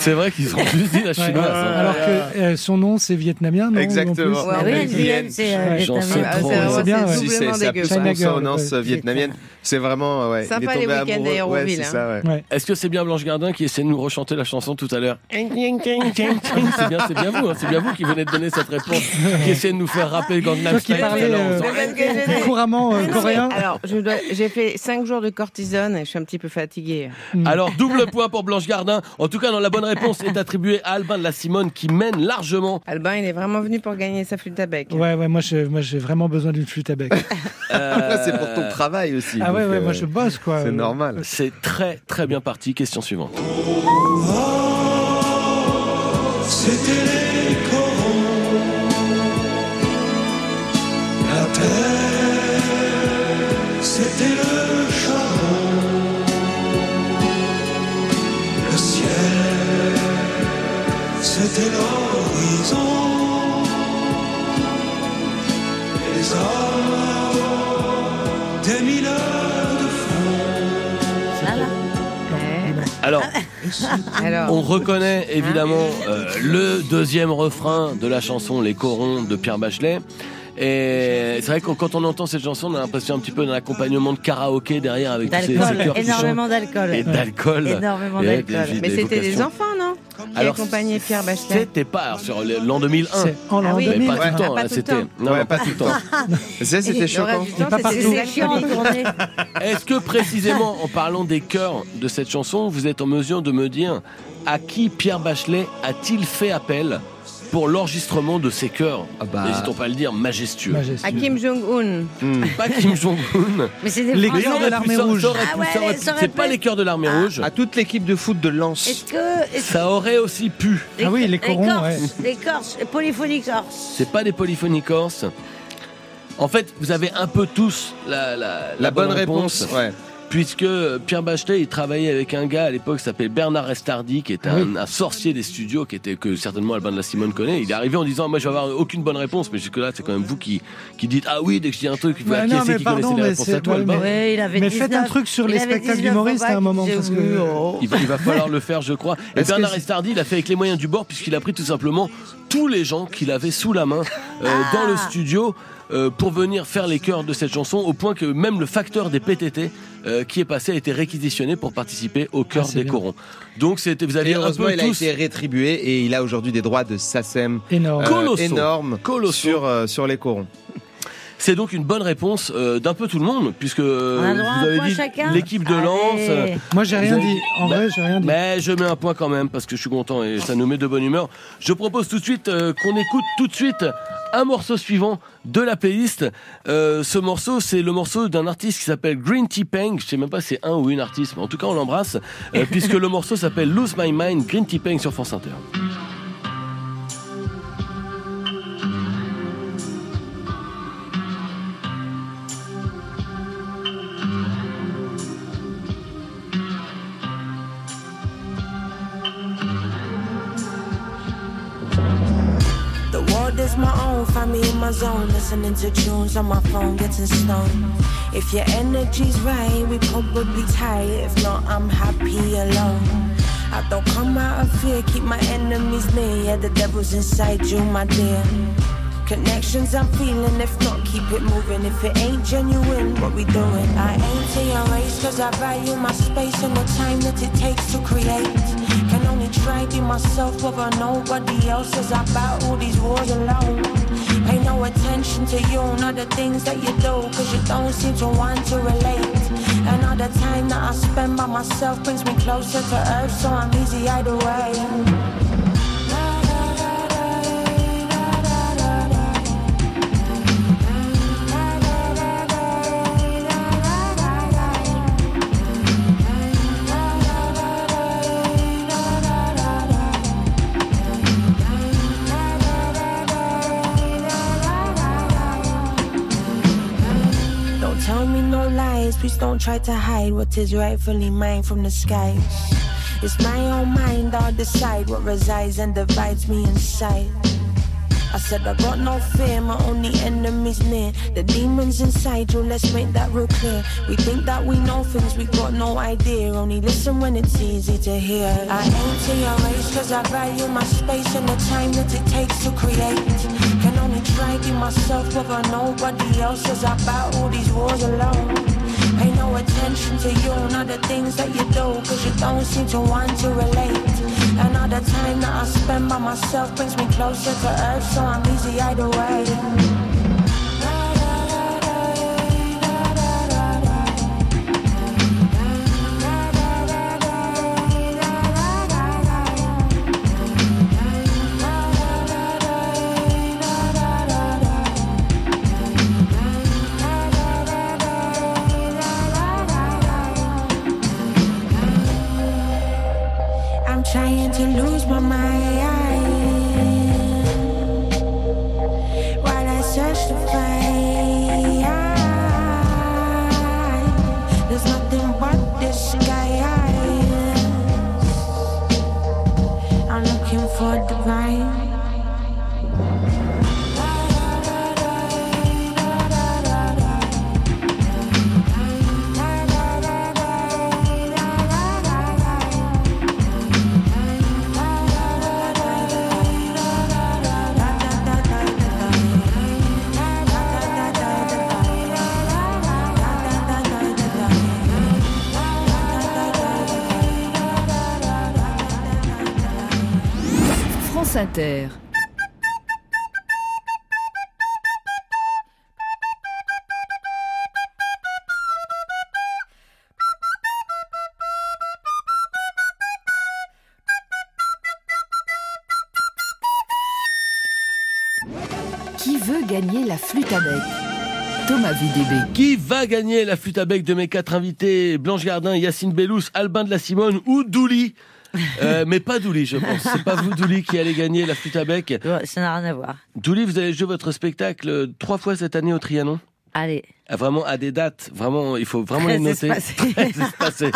S2: C'est vrai qu'ils ont juste dit la
S6: Ouais.
S2: chinoise. hein.
S6: Alors que euh, son nom c'est vietnamien, non
S4: Exactement.
S6: en plus
S3: Ouais,
S5: Ah
S3: ouais,
S5: oui, Nguyen, c'est euh,
S6: Ouais.
S2: J'en
S5: vietnamien.
S2: sais
S3: Ah,
S2: trop.
S3: c'est vraiment-
S6: C'est bien, ouais.
S4: Si, c'est
S3: doublement
S4: sa
S3: dégueu.
S6: China Girl,
S4: consonance
S6: ouais.
S4: vietnamienne. C'est vraiment, ouais.
S3: Sympa
S4: il est tombé
S3: les week-ends
S4: amoureux.
S3: à
S4: Ouais,
S3: Hérouville,
S4: c'est
S3: hein.
S4: ça, ouais.
S6: Ouais.
S2: Est-ce que c'est bien Blanche Gardin qui essaie de nous rechanter la chanson tout à l'heure Ah C'est bien, c'est bien vous, hein, c'est bien vous qui venez de donner cette réponse, qui essayez de nous faire rappeler Gangnam
S6: Toi qui
S2: Style. tout à
S6: parlais,
S2: l'heure en
S6: euh,
S2: faisant-
S3: Mais parce que j'ai des-
S6: Couramment euh,
S3: Non, mais
S6: coréen.
S3: Alors, je dois- j'ai fait 5 jours de cortisone et je suis un petit peu fatiguée.
S2: Alors, double point pour Blanche Gardin. En tout cas, non, la bonne réponse est attribuée à Albin de la Simone qui mène largement.
S3: Albin, il est vraiment venu pour gagner sa flûte à bec.
S6: Ouais, ouais, moi j'ai moi, j'ai vraiment besoin d'une flûte à bec.
S4: Bah, Là, c'est pour ton travail aussi.
S6: ah ouais,
S4: donc,
S6: ouais,
S4: euh,
S6: moi je bosse quoi.
S4: C'est normal.
S2: C'est très très bien parti. Question suivante.
S7: C'était les corons, la terre, c'était le charbon, le ciel, c'était l'horizon, les arbres, des mille heures de fond.
S5: Voilà.
S2: Alors,
S3: Eh, Alors, Ah.
S2: On reconnaît évidemment euh, le deuxième refrain de la chanson Les Corons de Pierre Bachelet. Et c'est vrai que quand on entend cette chanson, on a l'impression un petit peu d'un accompagnement de karaoké derrière avec tous ces, ces
S5: D'alcool,
S2: chœurs qui
S5: énormément
S2: chantent.
S5: d'alcool.
S2: Et d'alcool.
S5: Énormément
S2: Et avec
S5: d'alcool.
S2: des-
S3: mais
S2: des
S3: c'était des
S2: vocations.
S3: enfants, non Qui
S2: Alors,
S3: accompagnaient Pierre Bachelet
S2: C'était pas sur l'an 2001.
S6: C'est en l'an
S3: Ah oui.
S2: Mais pas tout
S3: 2000.
S2: le temps, là,
S3: Ah, pas tout le
S2: c'était.
S3: temps.
S2: Non, non, pas tout le temps.
S4: Ça,
S3: Et le
S4: c'était choquant.
S3: reste du temps,
S6: pas
S3: c'était
S6: partout.
S3: des
S5: C'est chiant les
S3: alcooliques.
S5: tournées.
S2: Est-ce que précisément, en parlant des chœurs de cette chanson, vous êtes en mesure de me dire à qui Pierre Bachelet a-t-il fait appel pour l'enregistrement de ses chœurs
S4: Ah bah.
S2: N'hésitons pas à le dire, majestueux.
S6: Majestueux.
S3: À Kim Jong-un.
S4: Hmm.
S2: Pas Kim Jong-un.
S5: Mais c'est des
S6: Les
S5: Français.
S6: chœurs de la- l'armée
S2: Ça aurait pu-
S6: rouge.
S2: ça aurait pu-
S5: Ah ouais,
S2: ça aurait
S5: ça
S2: pu-
S5: aurait
S2: C'est
S5: pu- Ah.
S2: pas les chœurs de l'armée rouge.
S4: À toute l'équipe de foot de
S5: Est-ce
S4: Lens.
S5: que. est-ce-
S2: Ça aurait aussi pu.
S5: les-
S6: Ah oui, les corons,
S5: Corses,
S6: ouais.
S5: Les Corses, les polyphonies Corses.
S2: C'est pas des polyphonies corses. En fait, vous avez un peu tous la, la-
S4: La bonne réponse. Ouais.
S2: puisque Pierre Bachelet, il travaillait avec un gars à l'époque qui s'appelait Bernard Restardi, qui était un, un sorcier des studios, qui était que certainement Albin de la Simone connaît. Il est arrivé en disant moi je vais avoir aucune bonne réponse, mais jusque là c'est quand même vous qui qui dites ah oui dès que je dis un truc, il faut
S6: Ouais, non,
S2: acquiescer
S6: mais
S2: qui
S6: pardon,
S2: connaissait les
S6: mais
S2: réponses à
S6: c'est-
S2: tout,
S6: ouais,
S2: Albin.
S6: mais-
S5: Ouais, il avait
S6: Mais faites un
S5: 19
S6: truc sur les
S5: il avait
S6: spectacles
S5: 19
S6: humoristes à un
S5: ans,
S6: moment.
S5: il
S6: Parce
S5: disait,
S3: Euh,
S6: que... euh,
S5: oui, oh.
S2: Il va, il va falloir le faire, je crois. Et
S4: Est-ce que
S2: Bernard
S4: c'est-
S2: Restardi, il a fait avec les moyens du bord, puisqu'il a pris tout simplement tous les gens qu'il avait sous la main euh,
S4: Ah.
S2: dans le studio euh, pour venir faire les chœurs de cette chanson, au point que même le facteur des PTT euh, qui est passé a été réquisitionné pour participer au chœur
S6: Ah, c'est
S2: des
S6: bien.
S2: corons. Donc c'était, vous
S4: Et
S2: aviez un
S4: heureusement,
S2: peu
S4: il a
S2: tous
S4: été rétribué et il a aujourd'hui des droits de SACEM
S6: Énorme.
S4: euh,
S2: Colossaux.
S4: énormes
S2: Colossaux.
S4: sur, euh, sur les corons.
S2: C'est donc une bonne réponse euh, d'un peu tout le monde, puisque euh,
S5: On a droit à un
S2: vous avez
S5: point
S2: dit
S5: chacun
S2: l'équipe de
S4: Ah,
S2: Lens.
S5: Allez.
S2: euh,
S6: Moi, j'ai
S2: Vous
S6: rien
S2: avez-
S6: dit. En
S2: Bah-
S6: vrai, j'ai rien dit.
S2: Mais je mets un point quand même parce que je suis content et ça nous met de bonne humeur. Je propose tout de suite euh, qu'on écoute tout de suite un morceau suivant de la playlist. Euh, ce morceau, c'est le morceau d'un artiste qui s'appelle Green Tea Peng. Je sais même pas si c'est un ou une artiste, mais en tout cas on l'embrasse euh, puisque le morceau s'appelle Lose My Mind Green Tea Peng sur France Inter.
S13: The world is my own, find me in my zone. Listening to tunes on my phone, getting stoned. If your energy's right, we probably tight. If not, I'm happy alone. I don't come out of fear, keep my enemies near. Yeah, the devil's inside you, my dear. Connections I'm feeling, if not, keep it moving. If it ain't genuine, what we doing? I ain't to your race, cause I value my space and the time that it takes to create. Can only try to myself over nobody else as I battle these wars alone. Pay no attention to you and other things that you do, cause you don't seem to want to relate. And all the time that I spend by myself brings me closer to earth, so I'm easy either way. Don't tell me no lies, please don't try to hide what is rightfully mine from the skies. It's my own mind, I'll decide what resides and divides me inside. I said I got no fear, my only enemy's near. The demons inside you, let's make that real clear. We think that we know things, we got no idea. Only listen when it's easy to hear. I aim to your race, cause I value my space and the time that it takes to create. Can only try to myself over nobody else as I battle these wars alone. Pay no attention to you and other things that you do, cause you don't seem to want to relate. And all the time that I spend by myself brings me closer to earth, so I'm easy either way. I'm trying to lose my mind. While I search
S1: Inter. Qui veut gagner la flûte à bec Thomas VDB.
S2: Qui va gagner la flûte à bec de mes quatre invités Blanche Gardin, Yacine Bellous, Albin de la Simone ou Douli Euh, mais pas Douli, je pense. C'est pas vous, Douli, qui allez gagner la flûte à bec.
S5: Ça n'a rien à voir.
S2: Douli, vous allez jouer votre spectacle euh, trois fois cette année au Trianon
S5: Allez.
S2: Ah, Vraiment à des dates. Vraiment, il faut vraiment
S5: Très
S2: les noter.
S5: espacées.
S2: Très espacées.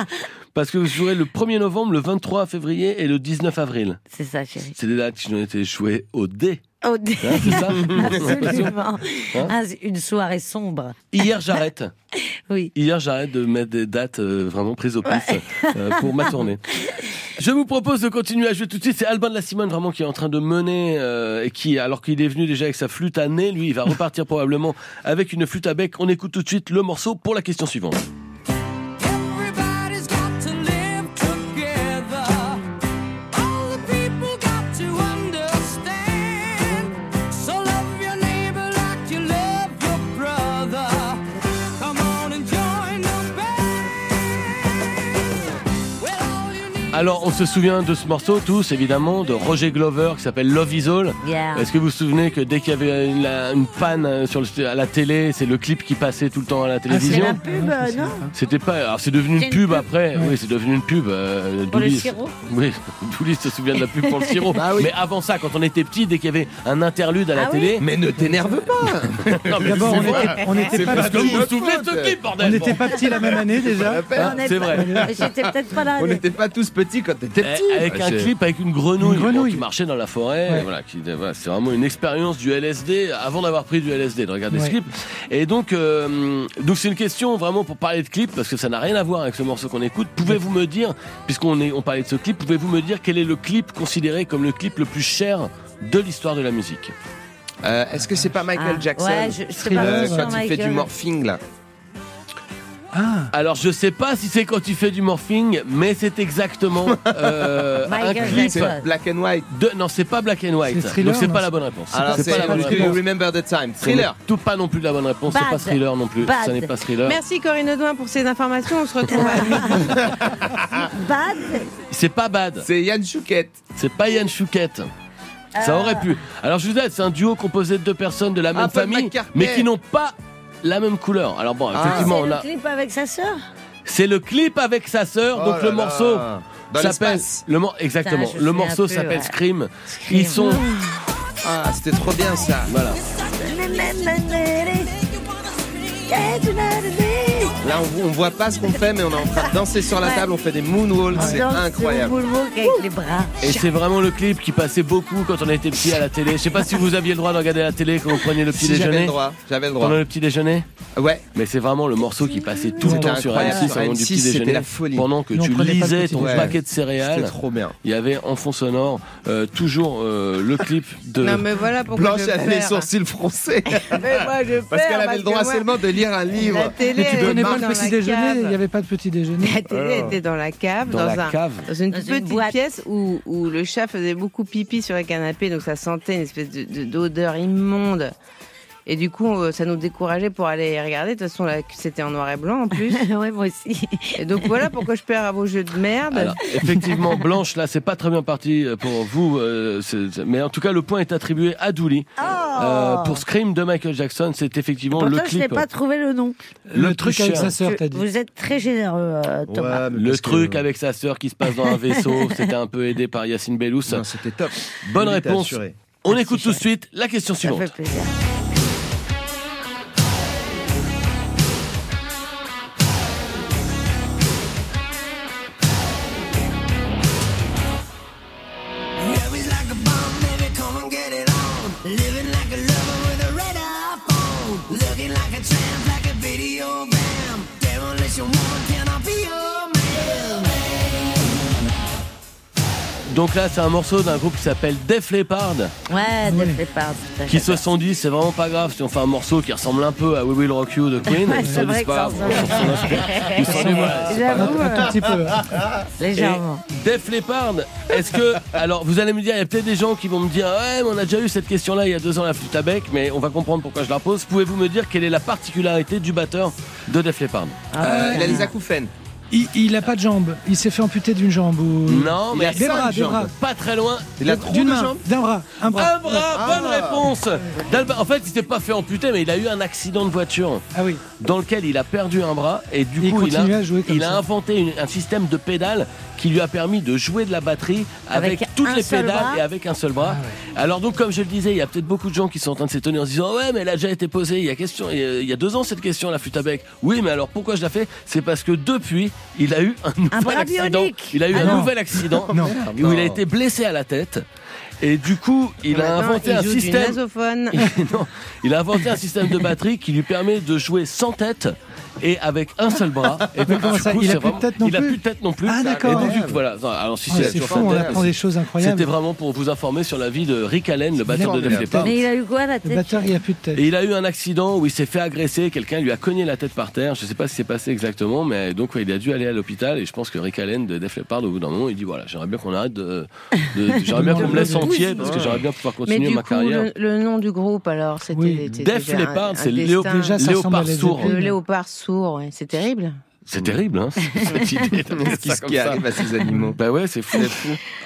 S2: Parce que vous jouerez le 1er novembre, le 23 février et le 19 avril.
S5: C'est ça, chérie.
S2: C'est des dates qui ont été jouées au dé.
S5: Oh, dé-
S2: Hein, c'est ça
S5: Absolument.
S2: Hein
S5: Ah, c'est une soirée sombre.
S2: Hier, j'arrête.
S5: Oui.
S2: Hier, j'arrête de mettre des dates euh, vraiment prises au pif euh, pour ma tournée. Je vous propose de continuer à jouer tout de suite. C'est Albin de la Simone vraiment qui est en train de mener euh, et qui, alors qu'il est venu déjà avec sa flûte à nez, lui, il va repartir probablement avec une flûte à bec. On écoute tout de suite le morceau pour la question suivante.
S7: Everybody's got to live together. All the people got to understand. So love your neighbor like you love your brother. Come on and join the
S2: Alors, on se souvient de ce morceau tous, évidemment, de Roger Glover qui s'appelle Love Is All.
S5: Yeah.
S2: Est-ce que vous vous souvenez que dès qu'il y avait une, la- une panne euh, sur le- à la télé, c'est le clip qui passait tout le temps à la
S5: Ah, C'est
S2: télévision
S5: la pub, euh, non
S2: C'était pas. Alors c'est devenu une,
S5: C'est une
S2: pub, après. Oui, c'est devenu une pub. euh,
S5: Pour le
S2: Dooley-
S5: sirop
S2: Oui, Douli se souvient de la pub pour le sirop.
S5: Bah oui.
S2: Mais avant ça, quand on était petit, dès qu'il y avait un interlude à la
S5: Ah oui
S2: télé.
S4: Mais ne t'énerve pas
S2: Non, mais
S6: D'abord,
S2: c'est
S6: on
S2: vrai.
S6: était- on était
S2: C'est
S6: pas
S2: parce que
S6: petits.
S2: vous vous souvenez de ce clip, bordel
S6: On n'était
S2: bon.
S6: pas petits la même année déjà.
S4: Ah,
S5: On est
S4: c'est
S5: pas-
S4: vrai.
S5: Mais J'étais peut-être pas là.
S4: On
S5: mais-
S4: n'était pas tous petits quand t'étais
S2: Eh,
S4: petit.
S2: Avec un
S4: Ah, C'est-
S2: clip avec une grenouille,
S4: Une
S2: bon,
S4: grenouille.
S2: qui marchait dans la forêt.
S4: Ouais.
S2: et Voilà, qui- voilà, c'est vraiment une expérience du LSD avant d'avoir pris du LSD, de regarder ce
S4: Ouais.
S2: clip. Et donc, euh, donc c'est une question vraiment pour parler de clip parce que ça n'a rien à voir avec ce morceau qu'on écoute. Pouvez-vous me dire, puisqu'on est, on parlait de ce clip, pouvez-vous me dire quel est le clip considéré comme le clip le plus cher de l'histoire de la musique
S4: Ah. Est-ce que c'est pas Michael
S5: Ah,
S4: Jackson
S5: ouais, je- c'est pas
S4: Euh,
S5: sûr,
S4: Quand il fait
S5: Michael.
S4: du morphing là.
S2: Alors je sais pas si c'est quand tu fais du morphing, mais c'est exactement euh, un
S5: Michael
S2: clip.
S5: Jackson.
S4: Black and White.
S2: De... Non, c'est pas Black and White.
S4: C'est Thriller,
S2: donc Ah, c'est
S4: non,
S2: pas la
S4: c'est-
S2: bonne réponse.
S4: Alors c'est Remember the Time. Thriller.
S2: Ce n'est Tout pas non plus la bonne réponse. C'est
S3: Bad.
S2: pas thriller non plus.
S3: Bad.
S2: Ça n'est pas thriller.
S3: Merci Corinne Audouin pour ces informations. On se retrouve à
S5: Bad
S2: C'est pas bad.
S4: C'est Yann Chouquette.
S2: C'est pas Yann Chouquette. Ça
S5: Ah.
S2: aurait pu. Alors je vous aide, c'est un duo composé de deux personnes de la même
S5: Paul
S2: famille,
S5: McCartney.
S2: mais qui n'ont pas la même couleur. Alors bon, effectivement,
S5: C'est
S2: on
S5: le
S2: a.
S5: clip avec sa sœur
S2: C'est le clip avec sa sœur,
S5: Oh
S2: donc le
S5: là
S2: morceau
S5: là.
S4: Dans
S2: s'appelle
S4: l'espace.
S2: le mor- exactement.
S4: Putain, je
S2: le
S4: sais un
S2: morceau
S4: peu,
S2: s'appelle
S4: ouais.
S2: Scream. Ils sont
S4: Ah, c'était trop bien ça.
S2: Voilà.
S4: Là, on, on voit pas ce qu'on fait, mais on est en train de danser sur la table, on fait des moonwalks, c'est
S5: Danse
S4: incroyable.
S5: sur le moonwalk avec les bras.
S2: et c'est vraiment le clip qui passait beaucoup quand on était petit à la télé. Je sais pas si vous aviez le droit de regarder la télé quand vous preniez le petit
S4: Si,
S2: déjeuner.
S4: j'avais le droit, j'avais le droit.
S2: Pendant le petit déjeuner
S4: Ouais.
S2: Mais c'est vraiment le morceau qui passait tout le
S4: C'était
S2: temps sur
S4: incroyable.
S2: M6 avant
S4: Sur
S2: du
S4: M6,
S2: petit
S4: c'était
S2: déjeuner.
S4: la folie.
S2: Pendant que
S4: Nous, on
S2: tu
S4: prenait pas le
S2: lisais
S4: petit
S2: ton
S4: déjeuner.
S2: paquet de
S4: Ouais.
S2: céréales.
S4: C'était trop bien.
S2: Il y avait en fond sonore euh, toujours euh, le clip de.
S3: Non, mais voilà pourquoi
S4: Blanche,
S3: je
S4: elle a les
S3: perds.
S4: sourcils froncés.
S3: Mais moi, je
S4: Parce
S3: perds,
S4: qu'elle avait le droit
S3: que moi-
S4: seulement de lire un livre.
S3: La télé,
S6: Mais tu
S3: elle
S6: prenais
S3: était
S6: pas
S3: dans
S6: le petit
S3: la
S6: déjeuner,
S3: cave.
S6: il n'y avait pas de petit déjeuner.
S3: La télé était dans la cave,
S6: Dans
S3: dans,
S6: la
S3: un,
S6: cave.
S3: dans une
S6: Dans
S3: toute
S6: une
S3: petite pièce où, où le chat faisait beaucoup pipi sur les canapés, donc ça sentait une espèce de- de- d'odeur immonde. Et du coup, euh, ça nous décourageait pour aller regarder. De toute façon, la- c'était en noir et blanc en plus.
S5: ouais, moi aussi.
S3: Et donc voilà pourquoi je perds à vos jeux de merde.
S2: Alors, effectivement, Blanche, là, c'est pas très bien parti euh, pour vous. euh, c'est- c'est- mais en tout cas, le point est attribué à Dooley. Euh, pour Scream de Michael Jackson, c'est effectivement
S5: Pourtant,
S2: le
S5: Oh. je
S2: clip.
S5: n'ai pas trouvé le nom.
S2: Le Le truc truc avec cher. sa sœur,
S5: Tu-
S2: t'as dit.
S5: Vous êtes très généreux, euh, Thomas.
S2: le truc avec sa sœur qui se passe dans un vaisseau, c'était un peu aidé par Yacine Bellous.
S4: C'était top.
S2: Bonne
S4: Il était
S2: réponse.
S4: assuré.
S2: On écoute tout de suite la question suivante.
S7: Love like a bomb, baby, come and get it on. Living like a lover with a red eye phone. Looking like a tramp, like a video bam. Demolition woman, can I be your man?
S2: Donc là, c'est un morceau d'un groupe qui s'appelle Def Leppard.
S5: Ouais, ne fais pas.
S2: Ah Qui se sont dit, c'est vraiment pas grave si on fait un morceau qui ressemble un peu à We Will Rock You de Queen.
S5: Ouais,
S2: Ils se sont
S5: c'est
S2: dit,
S5: vrai
S2: c'est
S5: que
S2: pas
S5: ça
S2: grave, on s'en inspire. Ils se sont dit, voilà, c'est pas grave.
S5: J'avoue. Un petit peu. Légèrement.
S2: Et Def Leppard, est-ce que. Alors, vous allez me dire, il y a peut-être des gens qui vont me dire, ouais, mais on a déjà eu cette question-là il y a deux ans, la flûte à bec, mais on va comprendre pourquoi je la pose. Pouvez-vous me dire quelle est la particularité du batteur de Def Leppard
S6: Euh, il a les
S4: acouphènes.
S6: Il, il a pas de jambe. Il s'est fait amputer d'une jambe ou.
S2: Non, Oh, mais
S6: des bras, des bras.
S2: Pas très loin.
S6: Il a trop D'une de main, jambes d'un bras, un bras.
S2: Un bras,
S6: Ah.
S2: bonne réponse. D'Alba- En fait, il s'était pas fait amputer, mais il a eu un accident de voiture.
S6: Ah
S2: Dans lequel il a perdu un bras et du
S6: Il
S2: coup, il a,
S6: continue à jouer comme
S2: il a
S6: ça.
S2: inventé une- un système de pédales qui lui a permis de jouer de la batterie avec,
S5: Avec un
S2: toutes les
S5: seul
S2: pédales
S5: bras
S2: et avec un seul
S6: Ah
S2: bras. Alors donc, comme je le disais, il y a peut-être beaucoup de gens qui sont en train de s'étonner en se disant ouais, mais elle a déjà été posée. Il y a question, il y a- il y a deux ans cette question, la flûte à bec. Oui, mais alors pourquoi je la fais C'est parce que depuis, il a eu un nouvel
S5: bras
S2: accident.
S5: bionique.
S2: Il a eu
S5: Ah
S2: un
S5: non.
S2: nouvel accident
S5: Non.
S2: où il a
S5: Non.
S2: été blessé à la tête. Et du coup, il
S5: Ah bah
S2: a
S3: Maintenant,
S2: inventé
S3: il
S2: un
S3: joue du
S2: système.
S3: nasophone.
S2: Non, il a inventé un système de batterie qui lui permet de jouer sans tête et avec un seul bras. Et
S6: Mais
S2: donc,
S6: comment
S2: du
S6: ça,
S2: coup,
S6: il a
S2: c'est
S6: plus de tête non
S2: il a
S6: plus
S2: plus de tête non plus.
S6: Ah, d'accord.
S2: Et donc, du
S6: Incroyable.
S2: coup, voilà. Non, Alors, si
S6: Ah,
S2: c'est
S6: c'est
S2: toujours
S6: fou, on
S2: sa tête,
S6: apprend des choses incroyables.
S2: C'était vraiment pour vous informer sur la vie de Rick Allen, le batteur de Def
S6: Formidable.
S2: Leppard.
S5: Mais il a eu quoi la
S6: Le
S5: tête
S6: batteur, il a plus de tête.
S2: Et il a eu un accident où il s'est fait agresser, quelqu'un lui a cogné la tête par terre, je sais pas ce qui s'est passé exactement, mais donc ouais, il a dû aller à l'hôpital et je pense que Rick Allen de Def Leppard au bout d'un moment il dit voilà j'aimerais bien qu'on arrête de, de- j'aimerais bien qu'on me laisse en pied parce que j'aimerais bien pouvoir
S3: Mais
S2: continuer
S3: du
S2: ma
S3: coup,
S2: carrière.
S3: le, le nom du groupe, alors, c'était. c'était
S2: Def
S3: déjà un-
S2: Leppard,
S3: un
S2: c'est
S3: destin.
S2: Léo- Déjà, ça Léopard ressemble à Led sourd. Zeppelin.
S3: Le léopard sourd, ouais, c'est terrible.
S2: C'est terrible hein cette idée d'appeler ça
S4: Qu'est-ce
S2: comme
S4: qui
S2: ça.
S4: arrive à ces animaux
S2: Bah ouais, c'est fou.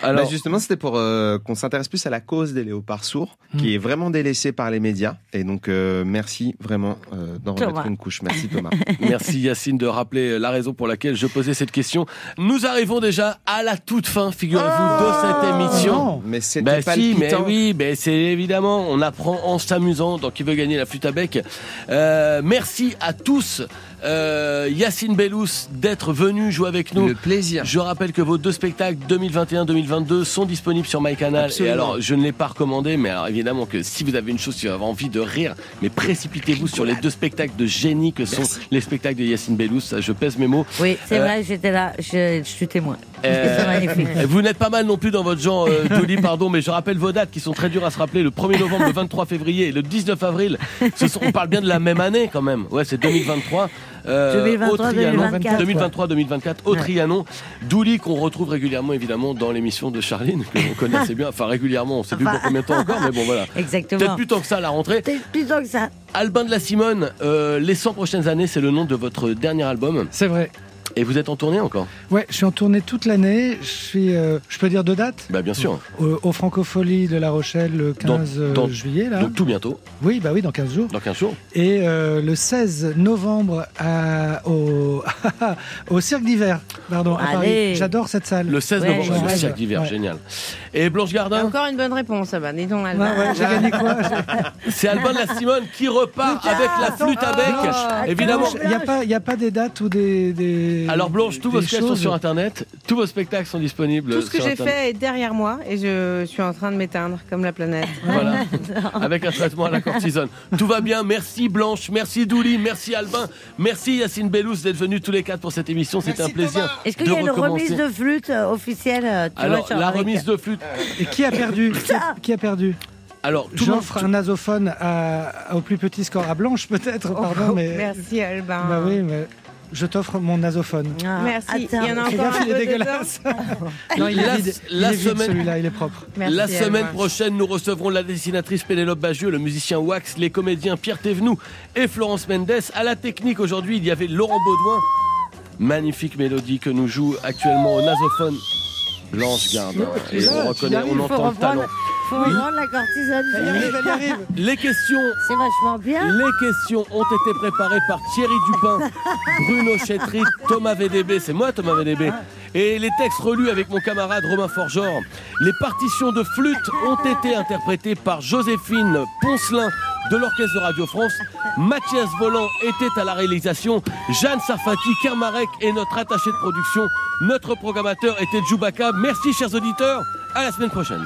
S2: Alors-
S4: Alors justement, c'était pour euh, qu'on s'intéresse plus à la cause des léopards sourds,
S2: Hmm.
S4: qui est vraiment délaissée par les médias. Et donc, euh, merci vraiment euh, d'en
S2: Thomas.
S4: remettre une couche. Merci Thomas.
S2: Merci Yacine de rappeler euh, la raison pour laquelle je posais cette question. Nous arrivons déjà à la toute fin, figurez-vous,
S3: Oh
S2: de cette émission.
S4: Mais c'était
S2: Bah
S4: pas
S2: si,
S4: le
S2: mais
S4: piton.
S2: oui, mais c'est évidemment, on apprend en s'amusant dans qui veut gagner la flûte à bec. Euh, merci à tous. Euh, Yacine Bellous d'être venu jouer avec nous.
S4: Le plaisir.
S2: Je rappelle que vos deux spectacles 2021-2022 sont disponibles sur MyCanal. Et
S4: Absolument.
S2: alors, je ne l'ai pas recommandé, mais alors évidemment que si vous avez une chose, si vous avez envie de rire, mais précipitez-vous sur les deux spectacles de génie que sont les spectacles de Yacine Bellous. Ça, Je pèse mes mots.
S5: Oui, c'est
S2: Euh,
S5: vrai, j'étais là, je, je suis témoin.
S2: euh,
S5: C'est magnifique.
S2: vous n'êtes pas mal non plus dans votre genre, euh, Dolly, pardon, mais je rappelle vos dates qui sont très dures à se rappeler. Le 1er novembre, le 23 février et le 19 avril. Ce sont- on parle bien de la même année quand même. Ouais, c'est 2023. euh,
S5: 2023,
S2: au Trianon.
S5: 2024, ouais.
S2: 2023, 2024 au
S5: Ouais.
S2: Trianon. Douli qu'on retrouve régulièrement évidemment dans l'émission de Charline que vous connaissez bien. Enfin régulièrement, on sait plus pour combien de temps encore, mais bon voilà. Peut-être
S5: Exactement.
S2: plus tant que ça à la rentrée.
S5: Plutôt que ça.
S2: Albin de la Simone, euh, les 100 prochaines années, c'est le nom de votre dernier album.
S6: C'est vrai.
S2: Et vous êtes en tournée encore
S6: Ouais, je suis en tournée toute l'année. Je suis, euh, je peux dire deux dates
S2: Bah bien sûr.
S6: au, au Francofolie de La Rochelle le
S2: Dans-
S6: 15 euh,
S2: dans-
S6: juillet là.
S2: Donc tout bientôt,
S6: Oui, bah oui, dans 15 jours.
S2: dans 15 jours.
S6: Et euh, le 16 novembre à- au, au Cirque d'hiver, pardon, à
S3: Allez.
S6: Paris. J'adore cette salle.
S2: Le 16 novembre,
S6: J'en
S2: le
S6: rêve.
S2: cirque d'hiver,
S6: Ouais.
S2: génial. Et Blanche Gardin,
S3: Encore une bonne réponse, ah bah, dis donc, Albin.
S6: Ouais, ouais, j'ai gagné quoi
S2: c'est Albin de la Simone qui repart avec la flûte à
S6: Blanche, Ah,
S2: bec. Évidemment.
S6: Blanche, Il n'y a, pas- il y a pas des dates ou des. des-
S2: Alors Blanche, tous
S6: des
S2: vos sketchs sont
S6: choses-
S2: sur internet, tous vos spectacles sont disponibles.
S3: Tout ce que
S2: sur
S3: j'ai
S2: Internet.
S3: fait est derrière moi et je suis en train de m'éteindre comme la planète.
S2: Voilà. Avec un traitement à la cortisone. Tout va bien. Merci Blanche, merci Douli, merci Albin, merci Yacine Bellous d'être venu tous les quatre pour cette émission. C'était un plaisir.
S5: Est-ce
S2: de
S5: qu'il y a une
S2: recommencer.
S5: remise de flûte euh, officielle euh, tu vois,
S2: Alors,
S5: sur
S2: la
S5: Rick
S2: remise de flûte.
S6: Et qui a perdu Qui a- Qui a perdu
S2: Alors, tout le monde-
S6: J'offre un nasophone à- au plus petit score à Blanche, peut-être,
S3: Oh,
S6: pardon, mais.
S3: Merci Albin.
S6: Bah oui, mais je t'offre mon nasophone.
S5: Ah,
S3: Merci.
S5: attends.
S3: Il y en a
S6: Fais
S3: encore
S6: gaffe,
S3: un
S6: il est
S3: peu
S6: dégueulasse.
S3: dedans.
S6: bah, Non, il
S2: La-
S6: est vide, il
S2: la
S6: est vide,
S2: semaine-
S6: celui-là, il est propre.
S3: Merci,
S2: la
S3: Albin.
S2: semaine prochaine, nous recevrons la dessinatrice Pénélope Bagieux, le musicien Wax, les comédiens Pierre Thévenoud et Florence Mendes. À la technique aujourd'hui, il y avait Laurent Baudouin. Magnifique mélodie que nous joue actuellement au nasophone. Blanche Gardin. Et on reconnaît, on
S5: Faut
S2: entend le talent.
S5: reprendre- Faut reprendre la cortisone.
S6: Eh ben,
S2: Les questions
S5: C'est vachement bien.
S2: Les questions ont été préparées par Thierry Dupin, Bruno Chetry, Thomas VDB, c'est moi Thomas VDB, et les textes relus avec mon camarade Romain Forgeor. Les partitions de flûte ont été interprétées par Joséphine Poncelin de l'Orchestre de Radio France. Mathias Volant était à la réalisation, Jeanne Sarfati, Kermarek est notre attaché de production, notre programmateur était Djoubaka. Merci chers auditeurs, à la semaine prochaine.